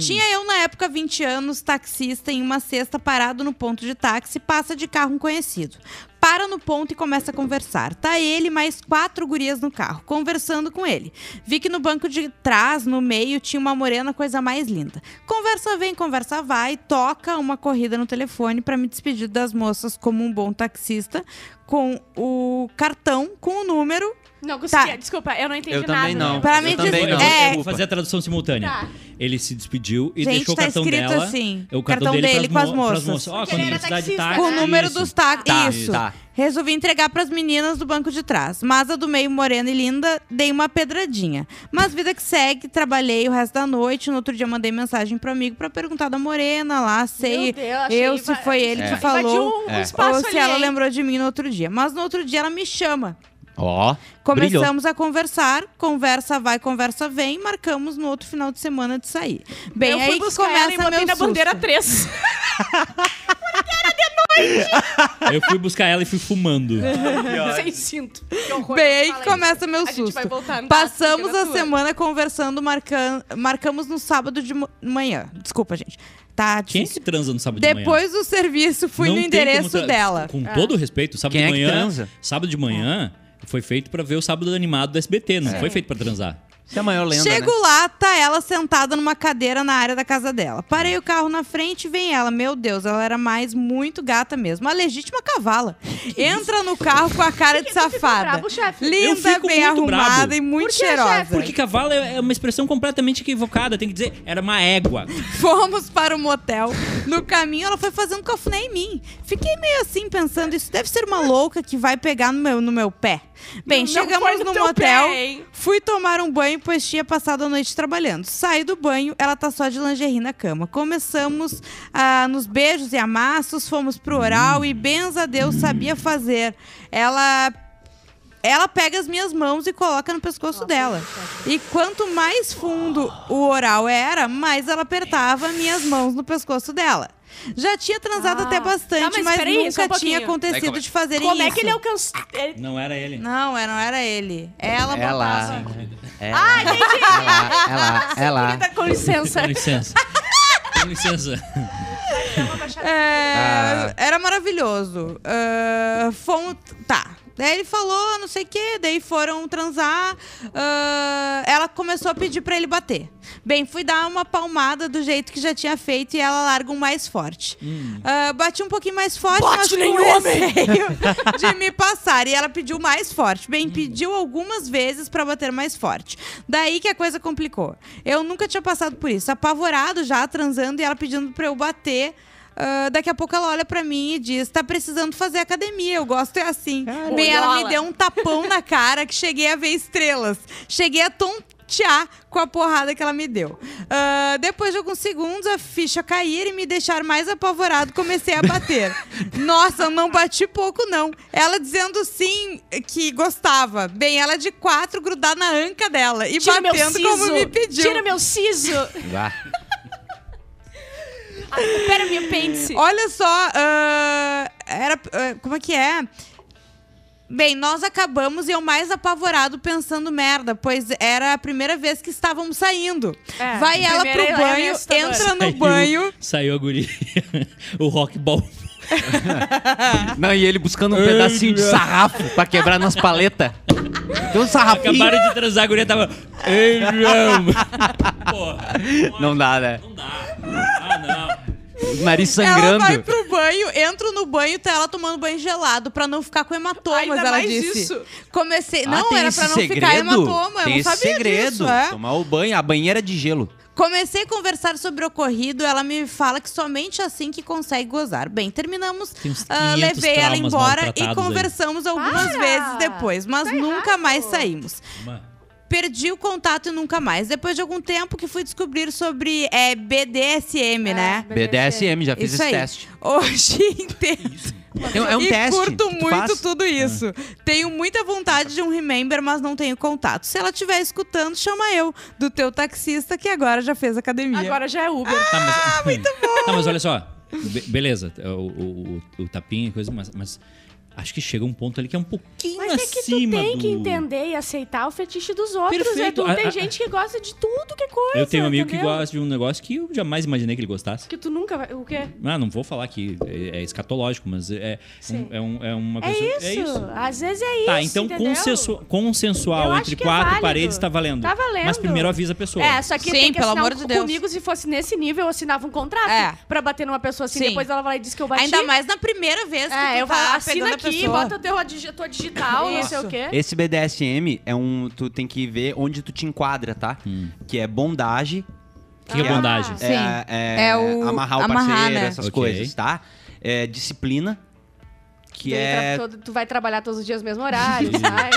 [SPEAKER 1] Tinha eu, na época, 20 anos, taxista em uma cesta parado no ponto de táxi, passa de carro um conhecido. Para no ponto e começa a conversar. Tá ele e mais quatro gurias no carro, conversando com ele. Vi que no banco de trás, no meio, tinha uma morena, coisa mais linda. Conversa vem, conversa vai, toca uma corrida no telefone para me despedir das moças como um bom taxista, com o cartão, com o número
[SPEAKER 2] Não conseguia,
[SPEAKER 1] Tá.
[SPEAKER 2] desculpa, eu não entendi
[SPEAKER 4] Eu
[SPEAKER 2] nada. né?
[SPEAKER 4] também não.
[SPEAKER 1] Pra
[SPEAKER 4] eu
[SPEAKER 1] mim,
[SPEAKER 4] também
[SPEAKER 1] des-
[SPEAKER 3] Eu
[SPEAKER 4] não.
[SPEAKER 3] vou-
[SPEAKER 1] é.
[SPEAKER 3] eu vou fazer a tradução simultânea.
[SPEAKER 2] Tá.
[SPEAKER 3] Ele se despediu e
[SPEAKER 1] Gente,
[SPEAKER 3] deixou o
[SPEAKER 1] tá
[SPEAKER 3] cartão
[SPEAKER 1] escrito
[SPEAKER 3] dela. é
[SPEAKER 1] assim,
[SPEAKER 3] o cartão,
[SPEAKER 1] cartão
[SPEAKER 3] dele
[SPEAKER 1] dele
[SPEAKER 3] pras
[SPEAKER 1] com
[SPEAKER 3] mo-
[SPEAKER 1] as
[SPEAKER 3] pras
[SPEAKER 1] moças.
[SPEAKER 3] Ó,
[SPEAKER 2] Porque
[SPEAKER 3] quando
[SPEAKER 2] ele era
[SPEAKER 3] precisar de
[SPEAKER 2] taxista,
[SPEAKER 3] táxi.
[SPEAKER 1] com o número
[SPEAKER 3] isso.
[SPEAKER 1] dos táxis.
[SPEAKER 4] Tá,
[SPEAKER 1] Isso.
[SPEAKER 4] tá.
[SPEAKER 1] Resolvi entregar pras meninas do banco de trás. Mas a do meio, morena e linda, dei uma pedradinha. Mas vida que segue, trabalhei o resto da noite. No outro dia, mandei mensagem pro amigo pra perguntar da morena lá, sei
[SPEAKER 2] Meu Deus, achei
[SPEAKER 1] eu se
[SPEAKER 2] inva-
[SPEAKER 1] foi ele
[SPEAKER 4] É.
[SPEAKER 1] que
[SPEAKER 2] Invadiu
[SPEAKER 1] falou.
[SPEAKER 2] um
[SPEAKER 4] É.
[SPEAKER 2] espaço
[SPEAKER 1] ou se
[SPEAKER 2] ali,
[SPEAKER 1] ela
[SPEAKER 2] hein?
[SPEAKER 1] lembrou de mim no outro dia. Mas no outro dia, ela me chama.
[SPEAKER 4] Ó, brilhou.
[SPEAKER 1] Começamos a conversar, conversa vai, conversa vem, marcamos no outro final de semana de sair. Bem,
[SPEAKER 2] eu fui
[SPEAKER 1] aí que
[SPEAKER 2] buscar ela e
[SPEAKER 1] começa
[SPEAKER 2] botei
[SPEAKER 1] meu
[SPEAKER 2] na
[SPEAKER 1] susto.
[SPEAKER 2] bandeira 3.
[SPEAKER 3] Eu fui buscar ela e fui fumando.
[SPEAKER 2] Sem cinto. Que horror,
[SPEAKER 1] Bem, aí que
[SPEAKER 2] fala isso.
[SPEAKER 1] começa meu
[SPEAKER 2] A gente vai
[SPEAKER 1] susto.
[SPEAKER 2] voltar no
[SPEAKER 1] Passamos
[SPEAKER 2] táxi,
[SPEAKER 1] a
[SPEAKER 2] na tua.
[SPEAKER 1] semana conversando, marcan- marcamos no sábado de mo- manhã. Desculpa, gente. Tá
[SPEAKER 3] Quem é
[SPEAKER 1] difícil.
[SPEAKER 3] que transa no sábado de manhã?
[SPEAKER 1] Depois do serviço, fui
[SPEAKER 3] Não
[SPEAKER 1] no
[SPEAKER 3] tem
[SPEAKER 1] endereço
[SPEAKER 3] como tra-
[SPEAKER 1] dela.
[SPEAKER 3] Com todo o respeito, sábado de
[SPEAKER 4] Quem é que
[SPEAKER 3] manhã.
[SPEAKER 4] transa?
[SPEAKER 3] Sábado de manhã
[SPEAKER 1] É.
[SPEAKER 3] foi feito pra ver o sábado animado do SBT, não foi feito pra transar.
[SPEAKER 4] Você é a maior lenda,
[SPEAKER 1] Chego
[SPEAKER 4] né?
[SPEAKER 1] lá, tá ela sentada numa cadeira na área da casa dela.
[SPEAKER 3] Hum.
[SPEAKER 1] Parei o carro na frente e vem ela. Meu Deus, ela era mais muito gata mesmo. Uma legítima cavala. Entra no carro com a cara de safada.
[SPEAKER 2] bravo, chefe?
[SPEAKER 3] é Eu
[SPEAKER 1] Linda,
[SPEAKER 3] fico
[SPEAKER 1] bem
[SPEAKER 3] muito
[SPEAKER 1] arrumada
[SPEAKER 3] bravo.
[SPEAKER 1] e muito
[SPEAKER 2] Por que,
[SPEAKER 1] cheirosa.
[SPEAKER 2] chefe?
[SPEAKER 3] Porque cavalo é é uma expressão completamente equivocada, tem que dizer, era uma égua.
[SPEAKER 1] Fomos para o motel. No caminho, ela foi fazendo cafuné em mim. Fiquei meio assim, pensando, isso deve ser uma louca que vai pegar no meu, no meu pé. Bem,
[SPEAKER 2] Não foi
[SPEAKER 1] chegamos
[SPEAKER 2] no
[SPEAKER 1] no,
[SPEAKER 2] teu
[SPEAKER 1] motel,
[SPEAKER 2] pé, hein?
[SPEAKER 1] fui tomar um banho, pois tinha passado a noite trabalhando. Saí do banho, ela tá só de lingerie na cama. Começamos ah, nos beijos e amassos, fomos pro oral e, benza Deus, sabia fazer. Ela ela pega as minhas mãos e coloca no pescoço dela.
[SPEAKER 2] tá
[SPEAKER 1] E quanto mais fundo o oral era, mais ela apertava minhas mãos no pescoço dela. Já tinha transado
[SPEAKER 2] Ah.
[SPEAKER 1] até
[SPEAKER 2] Tá,
[SPEAKER 1] bastante,
[SPEAKER 2] mas
[SPEAKER 1] mas,
[SPEAKER 2] peraí, só um
[SPEAKER 1] nunca tinha
[SPEAKER 2] pouquinho.
[SPEAKER 1] acontecido
[SPEAKER 4] Daí como é-
[SPEAKER 1] de fazerem
[SPEAKER 2] Como
[SPEAKER 1] isso.
[SPEAKER 2] é que ele alcançou... ele-
[SPEAKER 3] Não era ele.
[SPEAKER 1] Não, é- não era ele. Ela,
[SPEAKER 4] Ela.
[SPEAKER 1] botava.
[SPEAKER 4] Ela. Ah, entendi. Ela, ela, ela.
[SPEAKER 2] Querida, tá com licença.
[SPEAKER 3] Com licença. Com licença.
[SPEAKER 1] É, Era maravilhoso. Ah, fomos. Tá. Daí ele falou, não sei o quê, daí foram transar. ah, ela começou a pedir pra ele bater. Bem, fui dar uma palmada do jeito que já tinha feito e ela larga um mais forte. Ah, bati um pouquinho mais forte,
[SPEAKER 2] Bate
[SPEAKER 1] mas com
[SPEAKER 2] nem
[SPEAKER 1] receio de me passar. E ela pediu mais forte. Bem, pediu algumas vezes pra bater mais forte. Daí que a coisa complicou. Eu nunca tinha passado por isso. Apavorado já, transando, e ela pedindo pra eu bater. Ah, daqui a pouco ela olha pra mim e diz: tá precisando fazer academia, eu gosto é assim. Bem, ela me
[SPEAKER 2] Olhola.
[SPEAKER 1] deu um tapão na cara que cheguei a ver estrelas. Cheguei a tontear com a porrada que ela me deu. Ah, depois de alguns segundos, a ficha cair e me deixar mais apavorado, comecei a bater. Nossa, eu não bati pouco, não. Ela dizendo sim que gostava. Bem, ela de quatro grudar na anca dela e
[SPEAKER 2] Tira meu
[SPEAKER 1] batendo como
[SPEAKER 2] siso.
[SPEAKER 1] me pediu.
[SPEAKER 2] Tira meu siso.
[SPEAKER 4] Vá.
[SPEAKER 2] Pera, Ah, minha apêndice.
[SPEAKER 1] Olha só, ah, era. ah, como é que é? Bem, nós acabamos e eu mais apavorado pensando merda, pois era a primeira vez que estávamos saindo.
[SPEAKER 2] É,
[SPEAKER 1] Vai ela pro
[SPEAKER 2] primeiro é
[SPEAKER 1] banho,
[SPEAKER 2] assustador.
[SPEAKER 1] entra no
[SPEAKER 3] Saiu-
[SPEAKER 1] banho.
[SPEAKER 3] Saiu a guria. O rockball
[SPEAKER 4] Não, e ele buscando um pedacinho de sarrafo pra quebrar nas paletas. Tem um sarrafinho.
[SPEAKER 3] Acabaram de transar, a guria tava. Ei, João! Pô,
[SPEAKER 4] Não dá, né?
[SPEAKER 3] Não dá. Ah, não.
[SPEAKER 4] Nariz
[SPEAKER 1] Ela vai
[SPEAKER 4] sangrando.
[SPEAKER 1] pro banho, entro no banho, tá ela tomando banho gelado pra não ficar com hematomas,
[SPEAKER 2] Ainda
[SPEAKER 1] ela
[SPEAKER 2] mais
[SPEAKER 1] disse.
[SPEAKER 2] isso.
[SPEAKER 1] Comecei.
[SPEAKER 4] Ah,
[SPEAKER 1] não,
[SPEAKER 4] tem
[SPEAKER 1] era
[SPEAKER 4] esse
[SPEAKER 1] pra não ficar hematoma.
[SPEAKER 4] Tem
[SPEAKER 1] eu não
[SPEAKER 4] esse
[SPEAKER 1] sabia
[SPEAKER 4] segredo.
[SPEAKER 1] disso, é.
[SPEAKER 4] Tomar o banho, a banheira de gelo.
[SPEAKER 1] Comecei a conversar sobre o ocorrido, ela me fala que somente assim que consegue gozar. Bem, terminamos,
[SPEAKER 3] Tem uns
[SPEAKER 1] ah,
[SPEAKER 3] 500
[SPEAKER 1] levei ela
[SPEAKER 3] traumas
[SPEAKER 1] embora e
[SPEAKER 3] maltratados aí.
[SPEAKER 1] conversamos algumas
[SPEAKER 2] Para!
[SPEAKER 1] vezes depois, mas
[SPEAKER 2] Tá
[SPEAKER 1] nunca
[SPEAKER 2] errado.
[SPEAKER 1] mais saímos.
[SPEAKER 3] Tá,
[SPEAKER 1] Perdi o contato e nunca mais. Depois de algum tempo que fui descobrir sobre é,
[SPEAKER 2] É.
[SPEAKER 1] BDSM, né?
[SPEAKER 4] BDSM, já fiz
[SPEAKER 1] Isso
[SPEAKER 4] esse
[SPEAKER 1] aí.
[SPEAKER 4] teste.
[SPEAKER 1] Hoje entendo.
[SPEAKER 4] Tem- é um
[SPEAKER 1] e
[SPEAKER 4] teste.
[SPEAKER 1] curto
[SPEAKER 4] que tu
[SPEAKER 1] muito
[SPEAKER 4] faz. Ah.
[SPEAKER 1] tudo isso. Tenho muita vontade de um remember, mas não tenho contato. Se ela estiver escutando, chama eu, do teu taxista que agora já fez academia.
[SPEAKER 2] Agora já é Uber.
[SPEAKER 3] Tá, mas... muito bom! Tá, mas olha só. Be- beleza, é o, o, o, o tapinha e coisa, mas, mas acho que chega um ponto ali que é um pouquinho
[SPEAKER 2] Mas é que tu
[SPEAKER 3] acima
[SPEAKER 2] tem
[SPEAKER 3] do...
[SPEAKER 2] que entender e aceitar o fetiche dos outros,
[SPEAKER 3] Perfeito.
[SPEAKER 2] Edu. Tem
[SPEAKER 3] A- a-
[SPEAKER 2] gente que gosta de tudo que é coisa. né?
[SPEAKER 3] Eu tenho um amigo que
[SPEAKER 2] entendeu?
[SPEAKER 3] gosta de um negócio que eu jamais imaginei que ele gostasse.
[SPEAKER 2] Que tu nunca vai. O quê?
[SPEAKER 3] Ah, não vou falar que é, é escatológico, mas é, é,
[SPEAKER 2] Sim.
[SPEAKER 3] um- é, um- é uma
[SPEAKER 2] É
[SPEAKER 3] coisa.
[SPEAKER 2] isso. Às vezes é isso.
[SPEAKER 3] Tá, então
[SPEAKER 2] entendeu?
[SPEAKER 3] consensu- consensual
[SPEAKER 2] Eu acho
[SPEAKER 3] entre
[SPEAKER 2] que é
[SPEAKER 3] quatro
[SPEAKER 2] válido.
[SPEAKER 3] paredes tá valendo.
[SPEAKER 2] Tá valendo.
[SPEAKER 3] Mas primeiro avisa a pessoa.
[SPEAKER 2] É, só que
[SPEAKER 1] Sim,
[SPEAKER 2] tem que
[SPEAKER 1] pelo
[SPEAKER 2] assinar
[SPEAKER 1] amor
[SPEAKER 2] um-
[SPEAKER 1] de Deus.
[SPEAKER 2] comigo se fosse nesse nível, eu assinava um contrato
[SPEAKER 1] É.
[SPEAKER 2] pra bater numa pessoa assim.
[SPEAKER 1] Sim.
[SPEAKER 2] Depois ela vai lá e diz que eu bati.
[SPEAKER 1] Ainda mais na primeira vez que
[SPEAKER 2] É,
[SPEAKER 1] tu
[SPEAKER 2] eu
[SPEAKER 1] tá
[SPEAKER 2] falo,
[SPEAKER 1] pegando
[SPEAKER 2] assina
[SPEAKER 1] a
[SPEAKER 2] aqui,
[SPEAKER 1] pessoa.
[SPEAKER 2] bota a tua, digi- tua digital, não sei
[SPEAKER 1] Isso.
[SPEAKER 2] o quê.
[SPEAKER 4] Esse BDSM é um. Tu tem que ver onde tu te enquadra, tá?
[SPEAKER 3] Hum.
[SPEAKER 4] Que é bondage.
[SPEAKER 3] O que, que é
[SPEAKER 4] Ah.
[SPEAKER 3] bondagem?
[SPEAKER 1] Sim.
[SPEAKER 4] É, é
[SPEAKER 1] É o-
[SPEAKER 4] amarrar o
[SPEAKER 1] amarrar,
[SPEAKER 4] parceiro,
[SPEAKER 1] né?
[SPEAKER 4] essas
[SPEAKER 3] Ok.
[SPEAKER 4] coisas, tá? É disciplina. Que
[SPEAKER 2] Tu entra
[SPEAKER 4] é.
[SPEAKER 2] todo- tu vai trabalhar todos os dias no mesmo horário, sai.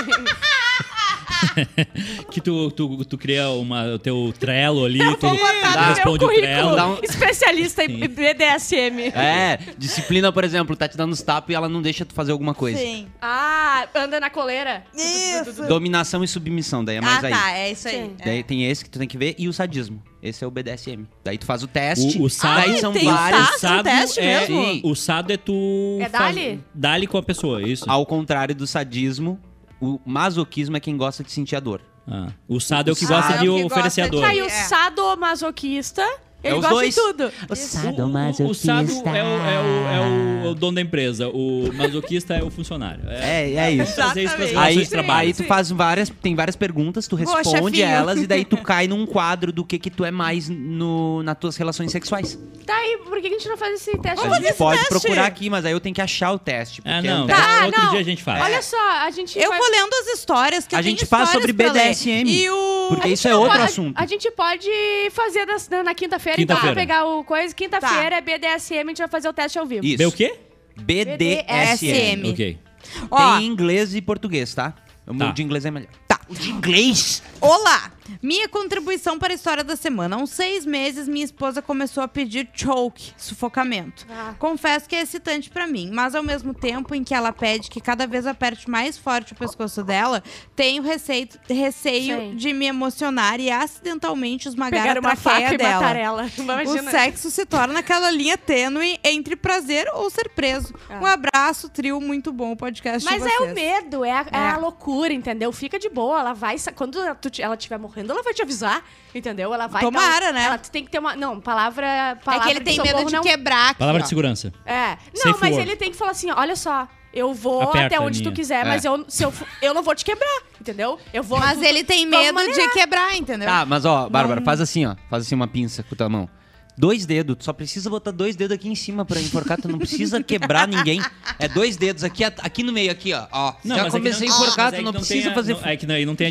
[SPEAKER 3] Que tu, tu, tu cria uma, o teu trelo ali, tu,
[SPEAKER 2] Vou
[SPEAKER 3] tu
[SPEAKER 2] botar no meu
[SPEAKER 3] responde o
[SPEAKER 2] currículo.
[SPEAKER 3] trelo.
[SPEAKER 4] Dá um-
[SPEAKER 2] Especialista em BDSM.
[SPEAKER 4] É, disciplina, por exemplo, tá te dando os tapas e ela não deixa tu fazer alguma coisa.
[SPEAKER 1] Sim.
[SPEAKER 2] Ah, anda na coleira.
[SPEAKER 1] Isso.
[SPEAKER 4] Dominação e submissão, daí é mais
[SPEAKER 1] ah,
[SPEAKER 4] aí.
[SPEAKER 1] tá, é isso aí.
[SPEAKER 2] Sim.
[SPEAKER 1] É.
[SPEAKER 4] Daí tem esse que tu tem que ver e o sadismo. Esse é o BDSM. Daí tu faz o teste.
[SPEAKER 3] O- o sado-
[SPEAKER 4] daí são
[SPEAKER 1] Tem o
[SPEAKER 4] vários.
[SPEAKER 1] sado, é um teste
[SPEAKER 3] é,
[SPEAKER 1] mesmo?
[SPEAKER 4] Sim.
[SPEAKER 3] O sado é tu.
[SPEAKER 2] É
[SPEAKER 3] faz-
[SPEAKER 2] dali?
[SPEAKER 3] Dali com a pessoa, isso.
[SPEAKER 4] Ao contrário do sadismo, o masoquismo é quem gosta de sentir a dor.
[SPEAKER 3] Ah, O sado é o que
[SPEAKER 1] sado
[SPEAKER 3] gosta
[SPEAKER 1] é o
[SPEAKER 3] de
[SPEAKER 1] que gosta
[SPEAKER 3] oferecer a
[SPEAKER 1] de-
[SPEAKER 3] dor.
[SPEAKER 2] Tá Aí
[SPEAKER 1] É.
[SPEAKER 2] o sadomasoquista, ele
[SPEAKER 4] É os
[SPEAKER 2] gosta
[SPEAKER 4] dois.
[SPEAKER 2] de tudo.
[SPEAKER 4] O
[SPEAKER 3] O, o sado é o, é, o, é o- é o dono da empresa, o masoquista é o funcionário. É,
[SPEAKER 4] É, é isso.
[SPEAKER 3] trazer isso para as
[SPEAKER 1] Exatamente.
[SPEAKER 3] relações
[SPEAKER 4] Aí,
[SPEAKER 3] de trabalho.
[SPEAKER 4] aí tu faz várias, tem várias perguntas, tu
[SPEAKER 1] Boa,
[SPEAKER 4] responde
[SPEAKER 1] chefinho.
[SPEAKER 4] elas e daí tu cai num quadro do que que tu é mais no, nas tuas relações sexuais.
[SPEAKER 2] Tá aí, por que a gente não faz esse teste?
[SPEAKER 4] a gente
[SPEAKER 1] esse
[SPEAKER 4] pode
[SPEAKER 1] teste.
[SPEAKER 4] procurar aqui, mas aí eu tenho que achar o teste.
[SPEAKER 3] Ah,
[SPEAKER 4] porque é um
[SPEAKER 3] não.
[SPEAKER 4] teste.
[SPEAKER 2] Tá,
[SPEAKER 3] outro
[SPEAKER 2] não.
[SPEAKER 3] dia a gente
[SPEAKER 4] É.
[SPEAKER 3] faz.
[SPEAKER 2] Olha só, a gente
[SPEAKER 1] Eu
[SPEAKER 2] vai-
[SPEAKER 1] vou lendo as histórias que
[SPEAKER 4] A
[SPEAKER 1] eu tenho
[SPEAKER 4] gente fala
[SPEAKER 1] histórias
[SPEAKER 4] sobre
[SPEAKER 1] pra ler.
[SPEAKER 4] BDSM,
[SPEAKER 1] E o...
[SPEAKER 4] Porque isso é
[SPEAKER 2] Não,
[SPEAKER 4] outro
[SPEAKER 2] a-
[SPEAKER 4] assunto.
[SPEAKER 2] A, gente pode fazer nas- na, na quinta-feira, então, pra
[SPEAKER 3] Quinta-feira.
[SPEAKER 2] pegar o coisa. Quinta-feira é BDSM, a gente vai fazer o teste ao vivo.
[SPEAKER 4] Isso.
[SPEAKER 3] Vê o quê?
[SPEAKER 4] BDSM.
[SPEAKER 1] BDSM.
[SPEAKER 3] Ok.
[SPEAKER 1] Ó,
[SPEAKER 4] Tem inglês e português, tá? O
[SPEAKER 3] Tá.
[SPEAKER 4] de inglês é melhor.
[SPEAKER 1] Tá.
[SPEAKER 4] O de inglês?
[SPEAKER 1] Olá! Minha contribuição para a história da semana. Há uns seis meses, minha esposa começou a pedir choke, sufocamento.
[SPEAKER 2] Ah.
[SPEAKER 1] Confesso que é excitante pra mim, mas ao mesmo tempo em que ela pede que cada vez aperte mais forte o pescoço dela, tenho receio, receio
[SPEAKER 2] Sei.
[SPEAKER 1] de me emocionar e acidentalmente esmagar
[SPEAKER 2] Pegar
[SPEAKER 1] a
[SPEAKER 2] uma
[SPEAKER 1] traqueia
[SPEAKER 2] faca e
[SPEAKER 1] dela.
[SPEAKER 2] matar ela. Imagina.
[SPEAKER 1] O sexo se torna aquela linha tênue entre prazer ou ser preso.
[SPEAKER 2] Ah.
[SPEAKER 1] Um abraço, trio, muito bom o podcast. de
[SPEAKER 2] Mas é o
[SPEAKER 1] vocês.
[SPEAKER 2] medo, é a, é
[SPEAKER 1] É.
[SPEAKER 2] a loucura, entendeu? Fica de boa, ela vai. sa- Quando ela- tu te- ela estiver morrendo, ela vai te avisar, entendeu? Ela vai. dar um-
[SPEAKER 1] Tomara, né?
[SPEAKER 2] Ela tem que ter uma. Não, palavra.
[SPEAKER 1] É
[SPEAKER 2] palavra
[SPEAKER 1] que ele
[SPEAKER 2] de
[SPEAKER 1] tem medo
[SPEAKER 2] socorro
[SPEAKER 1] de
[SPEAKER 2] não...
[SPEAKER 1] quebrar. Aqui,
[SPEAKER 3] Palavra
[SPEAKER 1] ó.
[SPEAKER 3] de segurança.
[SPEAKER 2] É. Não,
[SPEAKER 3] Safe
[SPEAKER 2] mas
[SPEAKER 3] word.
[SPEAKER 2] ele tem que falar assim: olha só, eu vou
[SPEAKER 3] Aperta
[SPEAKER 2] até
[SPEAKER 3] a
[SPEAKER 2] onde tu
[SPEAKER 3] linha.
[SPEAKER 2] quiser, mas eu, se eu, fu- eu não vou te quebrar, entendeu? Eu vou.
[SPEAKER 1] Mas
[SPEAKER 2] tu-
[SPEAKER 1] ele tem
[SPEAKER 2] Vamos
[SPEAKER 1] medo de
[SPEAKER 2] maneirar.
[SPEAKER 1] quebrar, entendeu?
[SPEAKER 4] Tá, mas ó, Bárbara, faz assim, ó. Faz assim uma pinça com a tua mão. Dois dedos, tu só precisa botar dois dedos aqui em cima pra enforcar, tu não precisa quebrar ninguém. É dois dedos aqui, at- aqui no meio, aqui, ó. ó. Já
[SPEAKER 3] mas é que
[SPEAKER 4] comecei a
[SPEAKER 3] tem-
[SPEAKER 4] enforcar,
[SPEAKER 3] mas é
[SPEAKER 4] tu
[SPEAKER 3] que
[SPEAKER 4] não
[SPEAKER 3] tem
[SPEAKER 4] precisa
[SPEAKER 3] a-
[SPEAKER 4] fazer.
[SPEAKER 3] não- É que não- aí não tem a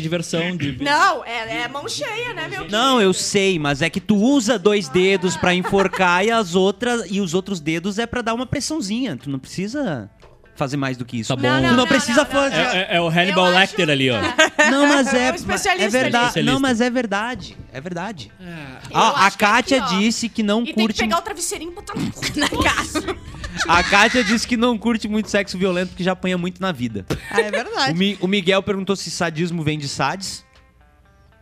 [SPEAKER 3] diversão de.
[SPEAKER 2] Não, é, é mão cheia, né, meu?
[SPEAKER 4] Não, eu sei, mas é que tu usa dois dedos pra enforcar e as outras e os outros dedos é pra dar uma pressãozinha. Tu não precisa fazer mais do que isso.
[SPEAKER 3] Tá bom. Não, não,
[SPEAKER 4] tu não,
[SPEAKER 2] não,
[SPEAKER 4] precisa
[SPEAKER 2] não, não,
[SPEAKER 4] fazer.
[SPEAKER 3] É, é- é o Hannibal
[SPEAKER 2] Eu acho-
[SPEAKER 3] Lecter ali, ó.
[SPEAKER 4] Não, mas é,
[SPEAKER 2] É um especialista
[SPEAKER 4] é verdade.
[SPEAKER 3] ali.
[SPEAKER 4] Não, mas é verdade. É verdade.
[SPEAKER 2] Eu
[SPEAKER 4] Ó, a
[SPEAKER 2] acho que é
[SPEAKER 4] Kátia
[SPEAKER 2] aqui, ó.
[SPEAKER 4] disse que não
[SPEAKER 2] E tem que
[SPEAKER 4] curte.
[SPEAKER 2] pegar o travesseirinho e botar no cu. na cara.
[SPEAKER 4] A Kátia disse que não curte muito sexo violento porque já apanha muito na vida.
[SPEAKER 1] Ah, é
[SPEAKER 4] O,
[SPEAKER 1] verdade.
[SPEAKER 4] Mi- o Miguel perguntou se sadismo vem de sades.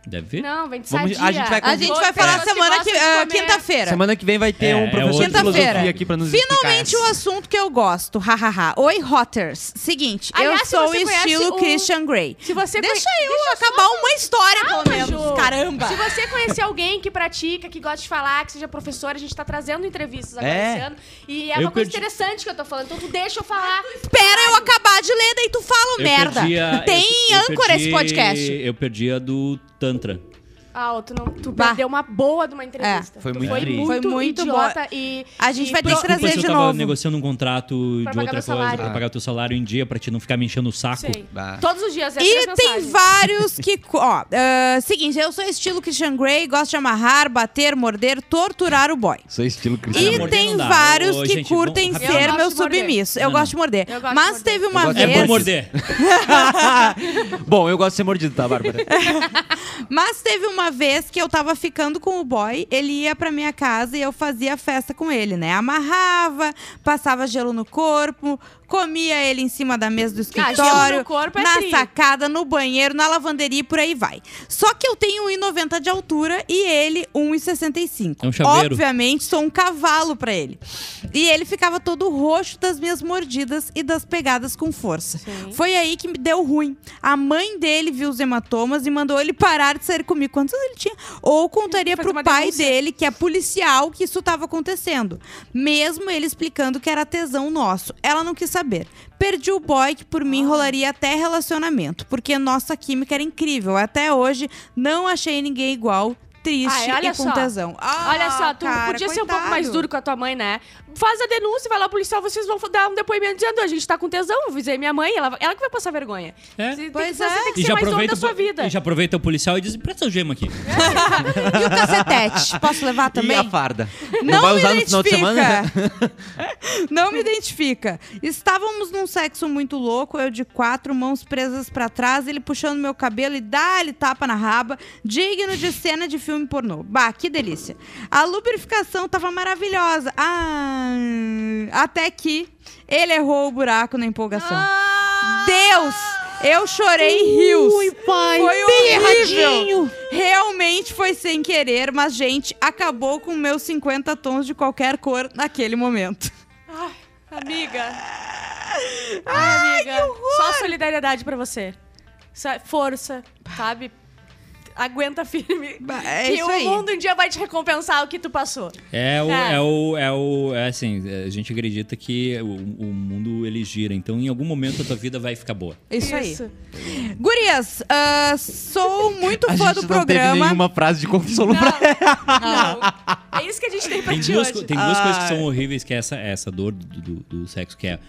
[SPEAKER 3] Deve vir.
[SPEAKER 2] Não, vem de
[SPEAKER 4] Vamos-
[SPEAKER 2] sadia.
[SPEAKER 4] a gente vai
[SPEAKER 1] A gente vai falar semana que, ah, quinta-feira.
[SPEAKER 4] Semana que vem vai ter
[SPEAKER 3] É,
[SPEAKER 4] um
[SPEAKER 3] é
[SPEAKER 4] professor de
[SPEAKER 3] outra-
[SPEAKER 4] filosofia
[SPEAKER 1] Quinta-feira.
[SPEAKER 4] aqui pra nos
[SPEAKER 1] Finalmente o
[SPEAKER 4] explicar.
[SPEAKER 1] assunto que eu gosto, hahaha. Oi, Hotters. Seguinte,
[SPEAKER 2] Aliás,
[SPEAKER 1] eu
[SPEAKER 2] se
[SPEAKER 1] sou o
[SPEAKER 2] você conhece
[SPEAKER 1] estilo
[SPEAKER 2] o-
[SPEAKER 1] Christian Grey.
[SPEAKER 2] Se você
[SPEAKER 1] Deixa
[SPEAKER 2] conhe-
[SPEAKER 1] eu acabar uma história,
[SPEAKER 2] Calma,
[SPEAKER 1] pelo menos.
[SPEAKER 2] Ju.
[SPEAKER 1] Caramba!
[SPEAKER 2] Se você conhecer alguém que pratica, que gosta de falar, que seja professor, a gente tá trazendo entrevistas agora
[SPEAKER 4] É.
[SPEAKER 2] esse ano. E é
[SPEAKER 3] Eu
[SPEAKER 2] uma coisa
[SPEAKER 3] perdi-
[SPEAKER 2] interessante que eu tô falando. Então tu deixa eu falar.
[SPEAKER 1] Espera eu acabar de ler, daí tu fala
[SPEAKER 3] Eu
[SPEAKER 1] merda.
[SPEAKER 3] perdi a-
[SPEAKER 1] Tem
[SPEAKER 3] eu- eu
[SPEAKER 1] âncora
[SPEAKER 3] perdi-
[SPEAKER 1] esse podcast.
[SPEAKER 3] Eu perdi a do Tantra.
[SPEAKER 2] Ah, ô, tu, não, tu
[SPEAKER 1] Bah.
[SPEAKER 2] perdeu uma boa de uma entrevista.
[SPEAKER 4] É. Foi
[SPEAKER 2] Tu
[SPEAKER 4] muito
[SPEAKER 2] foi
[SPEAKER 4] triste.
[SPEAKER 2] muito,
[SPEAKER 1] Foi muito
[SPEAKER 2] idiota e...
[SPEAKER 1] A gente
[SPEAKER 2] e
[SPEAKER 1] vai ter que
[SPEAKER 2] pro-
[SPEAKER 1] trazer
[SPEAKER 3] Mas eu
[SPEAKER 1] de
[SPEAKER 3] tava
[SPEAKER 1] novo.
[SPEAKER 3] negociando um contrato
[SPEAKER 2] Pra
[SPEAKER 3] de
[SPEAKER 2] pagar
[SPEAKER 3] outra
[SPEAKER 2] meu
[SPEAKER 3] coisa,
[SPEAKER 2] salário.
[SPEAKER 3] pra
[SPEAKER 4] Ah.
[SPEAKER 3] pagar teu salário em dia, pra te não ficar me enchendo o saco.
[SPEAKER 2] Sei.
[SPEAKER 4] Bah.
[SPEAKER 2] Todos os dias. é três
[SPEAKER 1] E tem
[SPEAKER 2] mensagens.
[SPEAKER 1] vários que. co- Ó, ah, seguinte, eu sou estilo Christian Grey, gosto de amarrar, bater, morder, torturar o boy.
[SPEAKER 4] Seu estilo
[SPEAKER 3] Ah, não,
[SPEAKER 1] E
[SPEAKER 4] cristão.
[SPEAKER 3] morder
[SPEAKER 1] tem
[SPEAKER 3] não dá.
[SPEAKER 1] vários
[SPEAKER 3] Ô,
[SPEAKER 1] que
[SPEAKER 3] gente,
[SPEAKER 1] curtem
[SPEAKER 3] vamos-
[SPEAKER 2] Eu
[SPEAKER 1] ser
[SPEAKER 2] gosto
[SPEAKER 1] meu
[SPEAKER 2] de morder.
[SPEAKER 1] submissu. Eu
[SPEAKER 3] Não,
[SPEAKER 1] gosto de morder.
[SPEAKER 2] Eu gosto de
[SPEAKER 1] Mas
[SPEAKER 2] morder.
[SPEAKER 1] teve
[SPEAKER 4] Eu
[SPEAKER 1] uma
[SPEAKER 4] gosto de
[SPEAKER 3] É
[SPEAKER 1] vez.
[SPEAKER 3] bom morder.
[SPEAKER 4] Bom, eu gosto de ser mordido, tá, Bárbara?
[SPEAKER 1] Mas teve uma vez que eu tava ficando com o boy, ele ia pra minha casa e eu fazia festa com ele, né? Amarrava, passava gelo no corpo, comia ele em cima da mesa do
[SPEAKER 2] Ah,
[SPEAKER 1] escritório,
[SPEAKER 2] gelo no corpo é
[SPEAKER 1] na
[SPEAKER 2] tri.
[SPEAKER 1] sacada, no banheiro, na lavanderia e por aí vai. Só que eu tenho 1,90 de altura e ele 1,65.
[SPEAKER 3] É um chaveiro.
[SPEAKER 1] Obviamente sou um cavalo pra ele. E ele ficava todo roxo das minhas mordidas e das pegadas com força.
[SPEAKER 2] Sim.
[SPEAKER 1] Foi aí que me deu ruim. A mãe dele viu os hematomas e mandou ele parar de sair comigo. Quantos anos ele tinha? Ou contaria
[SPEAKER 2] Fazer
[SPEAKER 1] pro
[SPEAKER 2] uma
[SPEAKER 1] pai
[SPEAKER 2] denúncia.
[SPEAKER 1] dele, que é policial, que isso estava acontecendo. Mesmo ele explicando que era tesão nosso. Ela não quis saber. Perdi o boy que por
[SPEAKER 2] Ah.
[SPEAKER 1] mim rolaria até relacionamento, porque nossa química era incrível. Até hoje não achei ninguém igual. Triste
[SPEAKER 2] Ai, olha
[SPEAKER 1] e com
[SPEAKER 2] só.
[SPEAKER 1] tesão. Ah,
[SPEAKER 2] Olha só, tu
[SPEAKER 1] cara,
[SPEAKER 2] podia ser um pouco
[SPEAKER 1] coitado.
[SPEAKER 2] mais duro com a tua mãe, né? Faz a denúncia, vai lá pro policial, vocês vão dar um depoimento dizendo, a gente tá com tesão, eu avisei minha mãe, ela, ela que vai passar vergonha.
[SPEAKER 3] É.
[SPEAKER 2] Você tem
[SPEAKER 1] Pois
[SPEAKER 2] que,
[SPEAKER 1] é.
[SPEAKER 2] Você tem que
[SPEAKER 3] E
[SPEAKER 2] ser
[SPEAKER 3] já,
[SPEAKER 2] mais dono
[SPEAKER 3] aproveita,
[SPEAKER 2] da sua vida.
[SPEAKER 3] e já aproveita o policial e diz: presta o gema aqui.
[SPEAKER 1] E o cacetete? Posso levar
[SPEAKER 4] E
[SPEAKER 1] também?
[SPEAKER 4] a farda? Não,
[SPEAKER 1] Não
[SPEAKER 4] vai
[SPEAKER 1] me
[SPEAKER 4] usar no final de semana?
[SPEAKER 1] identifica. Não me identifica. Estávamos num sexo muito louco, eu de quatro, mãos presas pra trás, ele puxando meu cabelo e dá-lhe tapa na raba, digno de cena de filme pornô. Bah, que delícia. A lubrificação tava maravilhosa. Ah, até que ele errou o buraco na empolgação. Deus! Eu chorei rios. Ah! Ui, pai, foi horrível. Realmente foi sem querer, mas, gente, acabou com meus 50 tons de qualquer cor naquele momento.
[SPEAKER 2] Ai, amiga. Ai, amiga. Só solidariedade pra você. Sa- Força, sabe? Aguenta firme.
[SPEAKER 1] Bah, é
[SPEAKER 2] que
[SPEAKER 1] isso
[SPEAKER 2] o
[SPEAKER 1] aí.
[SPEAKER 2] mundo um dia vai te recompensar o que tu passou.
[SPEAKER 3] É o,
[SPEAKER 2] É.
[SPEAKER 3] é o, é o, é assim, a gente acredita que o, o mundo ele gira, então em algum momento a tua vida vai ficar boa.
[SPEAKER 1] Isso, aí. Gurias, ah, sou muito
[SPEAKER 4] A
[SPEAKER 1] fã do
[SPEAKER 4] gente não teve
[SPEAKER 1] programa.
[SPEAKER 4] nenhuma frase de consolo pra
[SPEAKER 2] Não. É isso que a gente tem pra
[SPEAKER 3] Tem
[SPEAKER 2] ti
[SPEAKER 3] duas,
[SPEAKER 2] hoje. Ah.
[SPEAKER 3] co- tem duas
[SPEAKER 4] Ai.
[SPEAKER 3] coisas que são horríveis, que é essa, essa dor do, do- do sexo, que é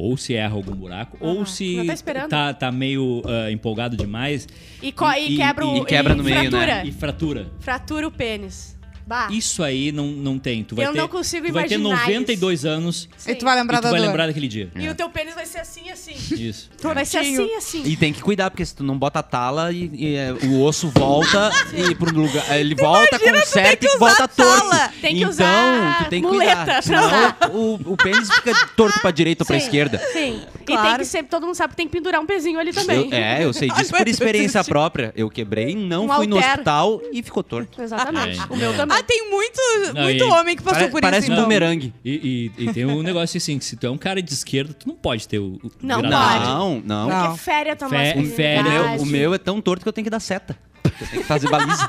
[SPEAKER 3] ou se erra algum buraco, ou se
[SPEAKER 2] já tá esperando.
[SPEAKER 3] tá, tá meio ah, empolgado demais
[SPEAKER 2] E, co- e
[SPEAKER 3] E-
[SPEAKER 2] quebra o
[SPEAKER 3] e-
[SPEAKER 4] e quebra no meio, né?
[SPEAKER 2] fratura.
[SPEAKER 3] e fratura.
[SPEAKER 2] Fratura o pênis. Bah.
[SPEAKER 3] Isso aí não, não tem. Tu vai
[SPEAKER 2] Ah. Eu
[SPEAKER 3] ter,
[SPEAKER 2] não consigo
[SPEAKER 3] tu vai ter
[SPEAKER 2] imaginar
[SPEAKER 3] 92 anos
[SPEAKER 1] E tu vai
[SPEAKER 3] e
[SPEAKER 1] lembrar
[SPEAKER 3] tu
[SPEAKER 1] da
[SPEAKER 3] vai
[SPEAKER 1] dor.
[SPEAKER 3] lembrar daquele dia.
[SPEAKER 2] E o teu pênis vai ser assim, assim.
[SPEAKER 3] Isso.
[SPEAKER 2] Vai ser assim,
[SPEAKER 1] Tortinho.
[SPEAKER 2] assim.
[SPEAKER 4] E tem que cuidar, porque se tu não bota a tala, e, e, é, o osso volta e pro lugar. Ele volta, conserta e volta
[SPEAKER 1] a tala.
[SPEAKER 4] torto.
[SPEAKER 2] Tem que
[SPEAKER 4] então,
[SPEAKER 2] usar
[SPEAKER 4] tu tem que
[SPEAKER 2] muleta pra
[SPEAKER 4] cuidar. Senão o, o pênis fica torto pra direita ou pra
[SPEAKER 2] Sim,
[SPEAKER 4] esquerda.
[SPEAKER 2] Sim. E tem
[SPEAKER 1] Claro.
[SPEAKER 2] que sempre, todo mundo sabe que tem que pendurar um pezinho ali também.
[SPEAKER 4] Eu- é, eu sei disso
[SPEAKER 1] Ai,
[SPEAKER 4] por
[SPEAKER 1] mas
[SPEAKER 4] experiência
[SPEAKER 1] eu desisti.
[SPEAKER 4] própria. Eu quebrei, não
[SPEAKER 2] Um
[SPEAKER 4] fui no
[SPEAKER 2] halter.
[SPEAKER 4] hospital e ficou torto.
[SPEAKER 2] Exatamente.
[SPEAKER 3] É.
[SPEAKER 2] O meu também.
[SPEAKER 1] Ah, tem muito,
[SPEAKER 3] Não,
[SPEAKER 1] muito
[SPEAKER 3] e-
[SPEAKER 1] homem que passou
[SPEAKER 4] Pare-
[SPEAKER 1] por
[SPEAKER 4] parece
[SPEAKER 1] isso, então.
[SPEAKER 4] bumerangue.
[SPEAKER 3] E, e- e tem um negócio assim, que se tu é um cara de esquerda, tu não pode ter o... o
[SPEAKER 2] Não
[SPEAKER 3] gravado.
[SPEAKER 4] Não, Ah, não.
[SPEAKER 1] Não.
[SPEAKER 2] Porque fere a tua
[SPEAKER 3] Fe-
[SPEAKER 2] masculinidade.
[SPEAKER 3] fere
[SPEAKER 4] O meu, o meu é tão torto que eu tenho que dar seta. Eu tenho que fazer baliza.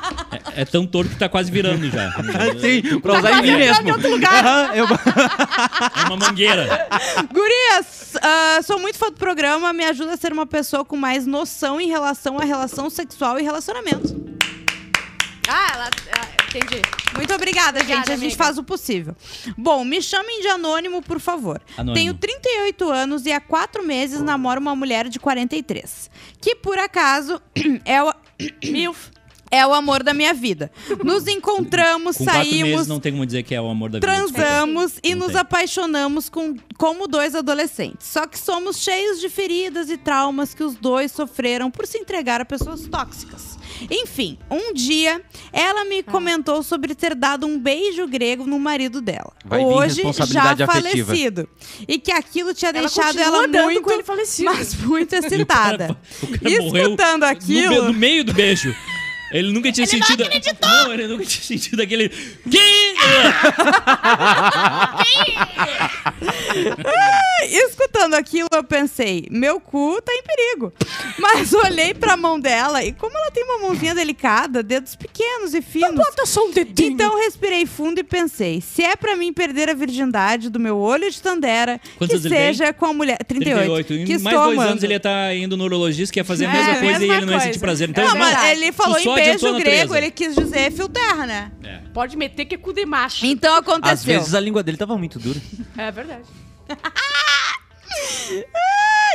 [SPEAKER 3] É, é tão torto que tá quase virando já.
[SPEAKER 4] Sim, pra usar em
[SPEAKER 2] quase entrando
[SPEAKER 4] mim mesmo.
[SPEAKER 2] Tá em outro lugar.
[SPEAKER 4] Aham, eu-
[SPEAKER 3] É uma mangueira.
[SPEAKER 1] Gurias, ah, sou muito fã do programa, me ajuda a ser uma pessoa com mais noção em relação à relação sexual e relacionamento.
[SPEAKER 2] Ah, ela... ah, entendi.
[SPEAKER 1] Muito obrigada,
[SPEAKER 2] Obrigada,
[SPEAKER 1] gente. A gente
[SPEAKER 2] amiga.
[SPEAKER 1] faz o possível. Bom, me chamem de anônimo, por favor.
[SPEAKER 3] Anônimo.
[SPEAKER 1] Tenho 38 anos e há quatro meses namoro uma mulher de 43. Que por acaso é o,
[SPEAKER 2] Milf.
[SPEAKER 1] é o amor da minha vida. Nos encontramos,
[SPEAKER 3] Com quatro
[SPEAKER 1] saímos,
[SPEAKER 3] meses não tem como dizer que é o amor da vida.
[SPEAKER 1] transamos e
[SPEAKER 3] Não
[SPEAKER 1] nos
[SPEAKER 3] tem.
[SPEAKER 1] apaixonamos com, como dois adolescentes. Só que somos cheios de feridas e traumas que os dois sofreram por se entregar a pessoas tóxicas. Enfim, um dia ela me
[SPEAKER 2] Ah.
[SPEAKER 1] comentou sobre ter dado um beijo grego no marido dela.
[SPEAKER 4] Vai vir
[SPEAKER 1] Hoje já
[SPEAKER 4] responsabilidade afetiva.
[SPEAKER 1] falecido. E que aquilo tinha
[SPEAKER 2] Ela
[SPEAKER 1] deixado
[SPEAKER 2] continua
[SPEAKER 1] ela
[SPEAKER 2] andando
[SPEAKER 1] muito,
[SPEAKER 2] com ele falecido.
[SPEAKER 1] mas muito
[SPEAKER 3] E o cara-
[SPEAKER 1] excitada.
[SPEAKER 3] o cara morreu
[SPEAKER 1] Escutando
[SPEAKER 3] No, be-
[SPEAKER 1] aquilo,
[SPEAKER 3] no meio do beijo. Ele nunca tinha sentido. Não, ele nunca tinha sentido aquele. Ah, Que?
[SPEAKER 1] Escutando aquilo, eu pensei, meu cu tá em perigo. Mas olhei pra mão dela e como ela tem uma mãozinha delicada, dedos pequenos e finos.
[SPEAKER 2] Bota só um dedinho.
[SPEAKER 1] Então respirei fundo e pensei, se é pra mim perder a virgindade do meu olho de Tandera,
[SPEAKER 3] Quantos
[SPEAKER 1] que
[SPEAKER 3] ele tem?
[SPEAKER 1] seja com a mulher. 38.
[SPEAKER 3] 38. Em
[SPEAKER 1] que
[SPEAKER 3] mais
[SPEAKER 1] estou
[SPEAKER 3] dois
[SPEAKER 1] amando.
[SPEAKER 3] anos ele ia estar indo no urologista, que ia fazer a
[SPEAKER 2] É,
[SPEAKER 3] mesma coisa e
[SPEAKER 2] mesma
[SPEAKER 3] ele não ia
[SPEAKER 2] coisa.
[SPEAKER 3] sentir prazer. Então,
[SPEAKER 1] Não,
[SPEAKER 3] ele-
[SPEAKER 1] mas É ele falou
[SPEAKER 3] Tu só
[SPEAKER 1] em beijo
[SPEAKER 3] adiantou a
[SPEAKER 1] grego,
[SPEAKER 3] natureza.
[SPEAKER 1] ele quis dizer fio terra, né?
[SPEAKER 3] É.
[SPEAKER 2] Pode meter que é cu de macho.
[SPEAKER 1] Então
[SPEAKER 4] Às
[SPEAKER 1] aconteceu.
[SPEAKER 4] vezes a língua dele tava muito dura.
[SPEAKER 2] É verdade.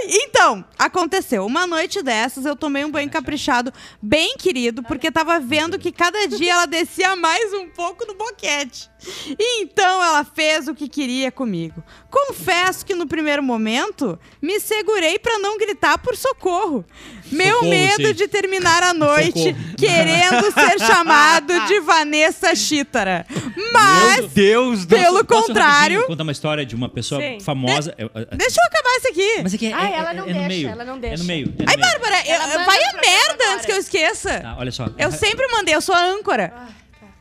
[SPEAKER 1] Então, aconteceu. Uma noite dessas, eu tomei um banho caprichado, bem querido, porque tava vendo que cada dia ela descia mais um pouco no boquete. E então ela fez o que queria comigo. Confesso que no primeiro momento, me segurei pra não gritar por socorro. Meu
[SPEAKER 3] Socorro,
[SPEAKER 1] medo
[SPEAKER 3] sim.
[SPEAKER 1] de terminar a noite
[SPEAKER 3] Socorro.
[SPEAKER 1] querendo ser chamado de Vanessa Chítara. Mas,
[SPEAKER 4] Meu Deus do
[SPEAKER 1] pelo
[SPEAKER 3] Posso um
[SPEAKER 1] contrário...
[SPEAKER 3] rapidinho Contar uma história de uma pessoa
[SPEAKER 2] Sim.
[SPEAKER 3] famosa. Eu- eu-
[SPEAKER 1] Deixa eu acabar isso aqui.
[SPEAKER 3] Mas é que é,
[SPEAKER 2] Ah,
[SPEAKER 3] é-
[SPEAKER 2] ela
[SPEAKER 3] é-
[SPEAKER 2] não
[SPEAKER 3] é no
[SPEAKER 2] deixa,
[SPEAKER 3] meio.
[SPEAKER 2] ela não deixa.
[SPEAKER 3] É no meio. é no
[SPEAKER 1] Ai,
[SPEAKER 3] meio.
[SPEAKER 1] Bárbara, eu-
[SPEAKER 2] Ela
[SPEAKER 1] vai
[SPEAKER 2] manda o
[SPEAKER 1] a
[SPEAKER 2] programa
[SPEAKER 1] merda
[SPEAKER 2] agora.
[SPEAKER 1] antes que eu esqueça.
[SPEAKER 3] Tá, olha só.
[SPEAKER 1] Eu sempre mandei, eu sou a âncora.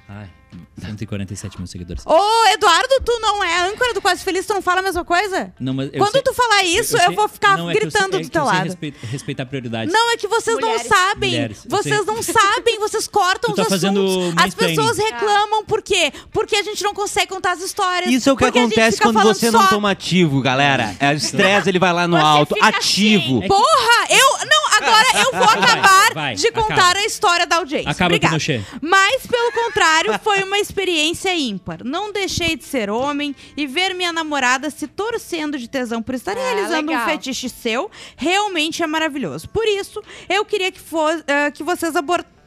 [SPEAKER 3] Ai, 147 mil seguidores.
[SPEAKER 1] Ô, Eduardo, tu não é a âncora do Quase Feliz, tu não fala a mesma coisa?
[SPEAKER 3] Não, mas eu
[SPEAKER 1] Quando
[SPEAKER 3] sei-
[SPEAKER 1] tu falar isso, eu,
[SPEAKER 3] sei-
[SPEAKER 1] vou ficar
[SPEAKER 3] não, é que eu sei-
[SPEAKER 1] gritando
[SPEAKER 3] é
[SPEAKER 1] do
[SPEAKER 3] que
[SPEAKER 1] teu
[SPEAKER 3] eu sei
[SPEAKER 1] lado.
[SPEAKER 3] respe- respeitar prioridades.
[SPEAKER 1] Não, é que vocês
[SPEAKER 2] Mulheres.
[SPEAKER 1] não sabem.
[SPEAKER 3] Mulheres, eu
[SPEAKER 1] vocês
[SPEAKER 3] sei.
[SPEAKER 1] não sabem, vocês cortam
[SPEAKER 3] Tu tá
[SPEAKER 1] os
[SPEAKER 3] fazendo
[SPEAKER 1] assuntos. As
[SPEAKER 3] mansplaining.
[SPEAKER 1] pessoas reclamam por quê? Porque a gente não consegue contar as histórias.
[SPEAKER 4] Isso é o que
[SPEAKER 1] porque a gente
[SPEAKER 4] acontece
[SPEAKER 1] fica
[SPEAKER 4] quando
[SPEAKER 1] falando
[SPEAKER 4] você
[SPEAKER 1] só...
[SPEAKER 4] não toma ativo, galera. É o estresse, ele vai lá no
[SPEAKER 2] Você
[SPEAKER 4] alto.
[SPEAKER 2] fica
[SPEAKER 4] Ativo.
[SPEAKER 3] assim.
[SPEAKER 1] Porra, eu. Não, agora eu vou
[SPEAKER 3] Ah. Vai,
[SPEAKER 1] acabar
[SPEAKER 3] vai,
[SPEAKER 1] de
[SPEAKER 3] acaba.
[SPEAKER 1] contar a história da audiência.
[SPEAKER 3] Acaba,
[SPEAKER 1] Obrigada.
[SPEAKER 3] Pinochet.
[SPEAKER 1] Mas, pelo contrário, foi uma experiência ímpar. Não deixei de ser homem e ver minha namorada se torcendo de tesão por estar
[SPEAKER 2] Ah,
[SPEAKER 1] realizando um
[SPEAKER 2] legal.
[SPEAKER 1] fetiche seu realmente é maravilhoso. Por isso, eu queria que, fo- eh, que vocês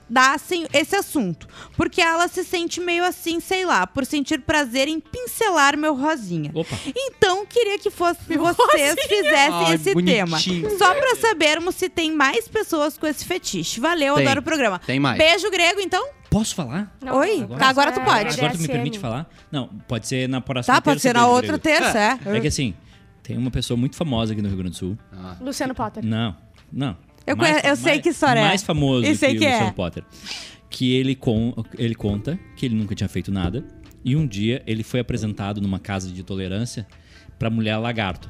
[SPEAKER 1] abordassem esse assunto. Porque ela se sente meio assim, sei lá, por sentir prazer em pincelar meu rosinha.
[SPEAKER 3] Opa.
[SPEAKER 1] Então, queria que fosse- vocês fizessem
[SPEAKER 4] Ai,
[SPEAKER 1] esse tema.
[SPEAKER 4] bonitinho.
[SPEAKER 1] Só pra sabermos se tem mais pessoas com esse fetiche. Valeu,
[SPEAKER 4] Tem.
[SPEAKER 1] adoro o programa.
[SPEAKER 4] Tem mais.
[SPEAKER 1] Beijo grego, então.
[SPEAKER 3] Posso falar?
[SPEAKER 2] Não,
[SPEAKER 1] Oi?
[SPEAKER 2] não.
[SPEAKER 1] Tá, agora tu pode.
[SPEAKER 3] Agora tu me
[SPEAKER 2] ADSM.
[SPEAKER 3] permite falar? Não, pode ser na próxima
[SPEAKER 1] Tá, pode
[SPEAKER 3] terça,
[SPEAKER 1] ser na
[SPEAKER 3] Pedro
[SPEAKER 1] outra
[SPEAKER 3] Grego.
[SPEAKER 1] terça, é.
[SPEAKER 3] É que assim, tem uma pessoa muito famosa aqui no Rio Grande do Sul.
[SPEAKER 4] Ah.
[SPEAKER 2] Luciano Potter.
[SPEAKER 3] Não, não.
[SPEAKER 1] Eu
[SPEAKER 3] Mais
[SPEAKER 1] conhe-
[SPEAKER 3] fa-
[SPEAKER 1] eu sei
[SPEAKER 3] mais-
[SPEAKER 1] que história é.
[SPEAKER 3] Mais famoso
[SPEAKER 1] Eu sei
[SPEAKER 3] que,
[SPEAKER 1] que
[SPEAKER 3] o
[SPEAKER 1] é.
[SPEAKER 3] Luciano Potter. Que ele, con- ele conta que ele nunca tinha feito nada. E um dia ele foi apresentado numa casa de tolerância pra mulher lagarto.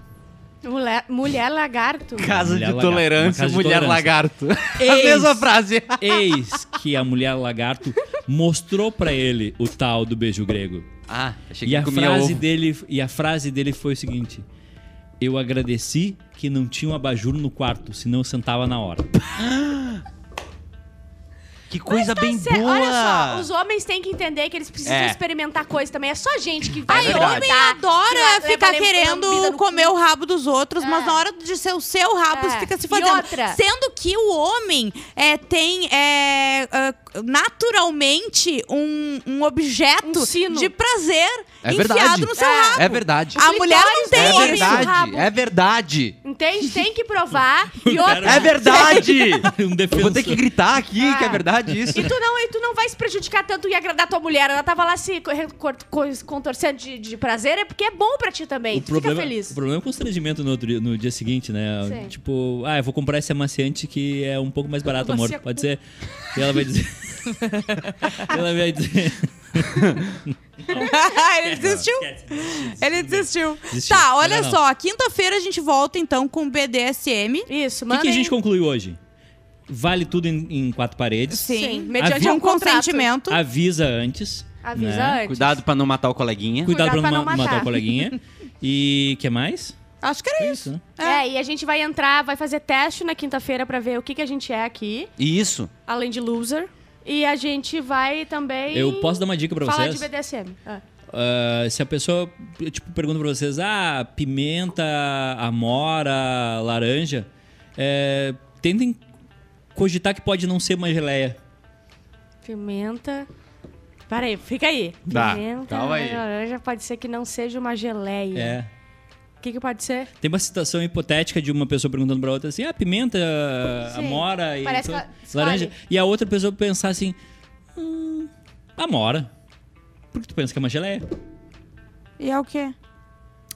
[SPEAKER 2] Mulher, mulher lagarto.
[SPEAKER 4] Casa
[SPEAKER 3] Mulher
[SPEAKER 4] de
[SPEAKER 3] lagarto.
[SPEAKER 4] tolerância,
[SPEAKER 3] Uma casa de
[SPEAKER 4] mulher
[SPEAKER 3] tolerância. É
[SPEAKER 4] lagarto. A
[SPEAKER 3] Ex.
[SPEAKER 4] mesma frase.
[SPEAKER 3] Eis que a mulher lagarto mostrou pra ele o tal do beijo grego.
[SPEAKER 4] Ah, achei
[SPEAKER 3] E a,
[SPEAKER 4] comia
[SPEAKER 3] frase
[SPEAKER 4] ovo.
[SPEAKER 3] dele, e a frase dele foi o seguinte: Eu agradeci que não tinha um abajur no quarto, senão eu sentava na hora.
[SPEAKER 4] Que coisa bem
[SPEAKER 2] Cê-
[SPEAKER 4] boa.
[SPEAKER 2] olha só, os homens têm que entender que eles precisam
[SPEAKER 4] É.
[SPEAKER 2] experimentar coisa também. É só gente que
[SPEAKER 1] Ai,
[SPEAKER 4] verdade.
[SPEAKER 1] homem
[SPEAKER 2] tá, que
[SPEAKER 1] adora
[SPEAKER 2] leva-
[SPEAKER 1] ficar
[SPEAKER 2] leva lambida
[SPEAKER 1] querendo
[SPEAKER 2] no
[SPEAKER 1] comer
[SPEAKER 2] cu.
[SPEAKER 1] o rabo dos outros, mas
[SPEAKER 2] É.
[SPEAKER 1] na hora de ser o seu rabo,
[SPEAKER 2] É.
[SPEAKER 1] você fica se
[SPEAKER 2] E
[SPEAKER 1] fazendo.
[SPEAKER 2] outra.
[SPEAKER 1] Sendo que o homem é, tem é, ah, naturalmente um, um objeto
[SPEAKER 2] Um sino.
[SPEAKER 1] de prazer
[SPEAKER 4] É
[SPEAKER 1] enfiado
[SPEAKER 4] verdade.
[SPEAKER 1] no seu
[SPEAKER 4] é.
[SPEAKER 1] rabo.
[SPEAKER 4] É
[SPEAKER 2] Ah,
[SPEAKER 4] verdade.
[SPEAKER 1] A mulher não tem
[SPEAKER 4] É
[SPEAKER 1] isso.
[SPEAKER 4] verdade.
[SPEAKER 2] Rabo.
[SPEAKER 4] É verdade.
[SPEAKER 2] Entende? Tem que provar. E outra.
[SPEAKER 4] É verdade.
[SPEAKER 3] um
[SPEAKER 4] Eu
[SPEAKER 3] defensor.
[SPEAKER 4] vou ter que gritar aqui
[SPEAKER 2] Ah.
[SPEAKER 4] que é verdade isso.
[SPEAKER 2] E tu, não, e tu não vai se prejudicar tanto e agradar tua mulher. Ela tava lá se co- recor- co- contorcendo de, de prazer, é porque é bom pra ti também.
[SPEAKER 3] O
[SPEAKER 2] tu
[SPEAKER 3] problema,
[SPEAKER 2] fica feliz.
[SPEAKER 3] o problema é o constrangimento no, outro dia- no dia seguinte, né?
[SPEAKER 2] Sim.
[SPEAKER 3] Tipo, ah, eu vou comprar esse amaciante que é um pouco mais barato, amor.
[SPEAKER 2] Amacia-
[SPEAKER 3] Pode ser. E ela vai dizer. ela vai dizer.
[SPEAKER 1] Ah, Ele desistiu. Ele desistiu.
[SPEAKER 3] Desistiu.
[SPEAKER 1] Tá, olha
[SPEAKER 3] Não, não.
[SPEAKER 1] só. Quinta-feira a gente volta então com o BDSM.
[SPEAKER 2] Isso,
[SPEAKER 3] O que,
[SPEAKER 2] mano.
[SPEAKER 3] que a gente concluiu hoje? Vale tudo em, em quatro paredes.
[SPEAKER 1] Sim.
[SPEAKER 2] Sim, mediante
[SPEAKER 1] de
[SPEAKER 3] Havia
[SPEAKER 1] um
[SPEAKER 2] um contrato.
[SPEAKER 1] consentimento.
[SPEAKER 3] Avisa antes.
[SPEAKER 2] Avisa
[SPEAKER 3] né?
[SPEAKER 2] antes.
[SPEAKER 4] Cuidado pra não matar o coleguinha.
[SPEAKER 3] Cuidado,
[SPEAKER 2] Cuidado pra
[SPEAKER 3] pra não
[SPEAKER 2] não
[SPEAKER 3] ma-
[SPEAKER 2] matar.
[SPEAKER 3] matar o coleguinha. E que mais?
[SPEAKER 1] Acho que era
[SPEAKER 3] É
[SPEAKER 1] isso.
[SPEAKER 3] isso, né?
[SPEAKER 2] É, e a gente vai entrar, vai fazer teste na quinta-feira pra ver o que, que a gente é aqui,
[SPEAKER 4] E isso.
[SPEAKER 2] além de loser. E a gente vai também.
[SPEAKER 3] Eu posso um dar uma dica
[SPEAKER 2] É
[SPEAKER 3] pra
[SPEAKER 2] falar
[SPEAKER 3] vocês?
[SPEAKER 2] de BDSM. Ah.
[SPEAKER 3] Ah, se a pessoa, eu, tipo, pergunta pra vocês, ah, pimenta, amora, laranja, é, tentem cogitar que pode não ser uma geleia.
[SPEAKER 2] Pimenta. Pera aí, fica aí.
[SPEAKER 4] Tá,
[SPEAKER 2] Pimenta,
[SPEAKER 4] calma aí.
[SPEAKER 2] laranja pode ser que não seja uma geleia.
[SPEAKER 3] É.
[SPEAKER 2] O que, que pode ser?
[SPEAKER 3] Tem uma situação hipotética de uma pessoa perguntando pra outra assim, ah, pimenta,
[SPEAKER 2] Sim.
[SPEAKER 3] amora e
[SPEAKER 2] Parece que
[SPEAKER 3] to-
[SPEAKER 2] ela escolhe.
[SPEAKER 3] laranja. E a outra pessoa pensar assim, hum, amora. Por que tu pensa que é uma geleia?
[SPEAKER 1] E é o quê?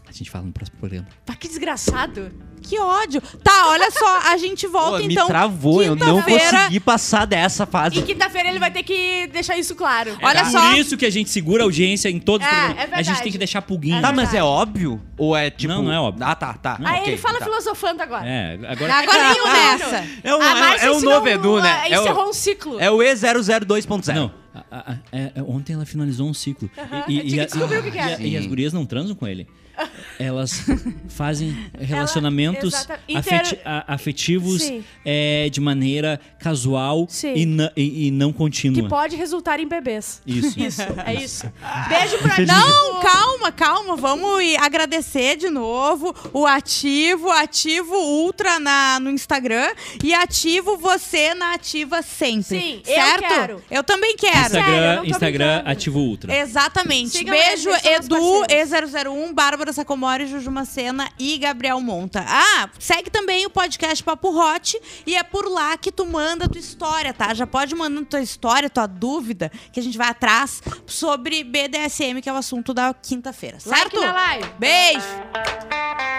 [SPEAKER 3] A gente fala no próximo programa.
[SPEAKER 2] Pá, que desgraçado.
[SPEAKER 1] Que ódio. Tá, olha só, a gente volta
[SPEAKER 4] Pô,
[SPEAKER 1] então.
[SPEAKER 4] me travou, eu não
[SPEAKER 1] quinta-feira-
[SPEAKER 4] consegui passar dessa fase.
[SPEAKER 2] E quinta-feira ele vai ter que deixar isso claro.
[SPEAKER 4] É.
[SPEAKER 1] Olha
[SPEAKER 3] É por
[SPEAKER 1] só.
[SPEAKER 3] isso que a gente segura a audiência em todos os
[SPEAKER 2] É,
[SPEAKER 3] programas.
[SPEAKER 2] é
[SPEAKER 3] a gente
[SPEAKER 2] verdade.
[SPEAKER 3] tem que deixar pulguinho.
[SPEAKER 4] Tá, mas é óbvio? Ou é tipo.
[SPEAKER 3] Não, não é óbvio.
[SPEAKER 4] Ah, tá, tá.
[SPEAKER 2] Aí
[SPEAKER 4] ok,
[SPEAKER 2] é ele fala
[SPEAKER 4] tá.
[SPEAKER 2] filosofando agora.
[SPEAKER 3] É, agora.
[SPEAKER 1] Agora nenhum dessa.
[SPEAKER 4] É um-
[SPEAKER 2] A
[SPEAKER 4] é-
[SPEAKER 2] Márcia
[SPEAKER 4] é um
[SPEAKER 2] ensinou
[SPEAKER 4] novo Edu, né? É o-
[SPEAKER 2] Encerrou um ciclo.
[SPEAKER 4] É o E002.0.
[SPEAKER 3] Não. a- a- a- é- é- ontem ela finalizou um ciclo.
[SPEAKER 2] Aham,
[SPEAKER 3] E,
[SPEAKER 2] eu tinha que descobrir o que que
[SPEAKER 3] e
[SPEAKER 2] era.
[SPEAKER 3] a- e as
[SPEAKER 4] Sim.
[SPEAKER 3] gurias não transam com ele. Elas fazem relacionamentos
[SPEAKER 2] exata-
[SPEAKER 3] afeti-
[SPEAKER 2] inter-
[SPEAKER 3] a- afetivos
[SPEAKER 2] Sim.
[SPEAKER 3] é, de maneira casual
[SPEAKER 2] Sim.
[SPEAKER 3] e, na- e- e não
[SPEAKER 2] Que
[SPEAKER 3] contínua.
[SPEAKER 2] pode resultar em bebês.
[SPEAKER 3] Isso.
[SPEAKER 2] É isso. Beijo pra
[SPEAKER 1] Não, calma, calma. Vamos ir agradecer de novo o ativo, ativo ultra na, no Instagram e ativo você na ativa sempre.
[SPEAKER 2] Sim, eu
[SPEAKER 1] certo?
[SPEAKER 2] quero.
[SPEAKER 1] Eu também quero.
[SPEAKER 3] Instagram,
[SPEAKER 2] Sério, eu não tô
[SPEAKER 3] Instagram
[SPEAKER 2] brincando.
[SPEAKER 3] ativo ultra.
[SPEAKER 1] Exatamente.
[SPEAKER 2] Sigam
[SPEAKER 1] Beijo,
[SPEAKER 2] eles, eles são
[SPEAKER 1] Edu,
[SPEAKER 2] os
[SPEAKER 1] E001, Bárbara Sacomori, Juju Macena e Gabriel Monta. Ah, segue também o podcast Papo Hot e é por lá que tu manda tua história, tá? Já pode mandar tua história, tua dúvida, que a gente vai atrás sobre BDSM, que é o assunto da quinta-feira,
[SPEAKER 2] Like
[SPEAKER 1] certo?
[SPEAKER 2] na live.
[SPEAKER 1] Beijo!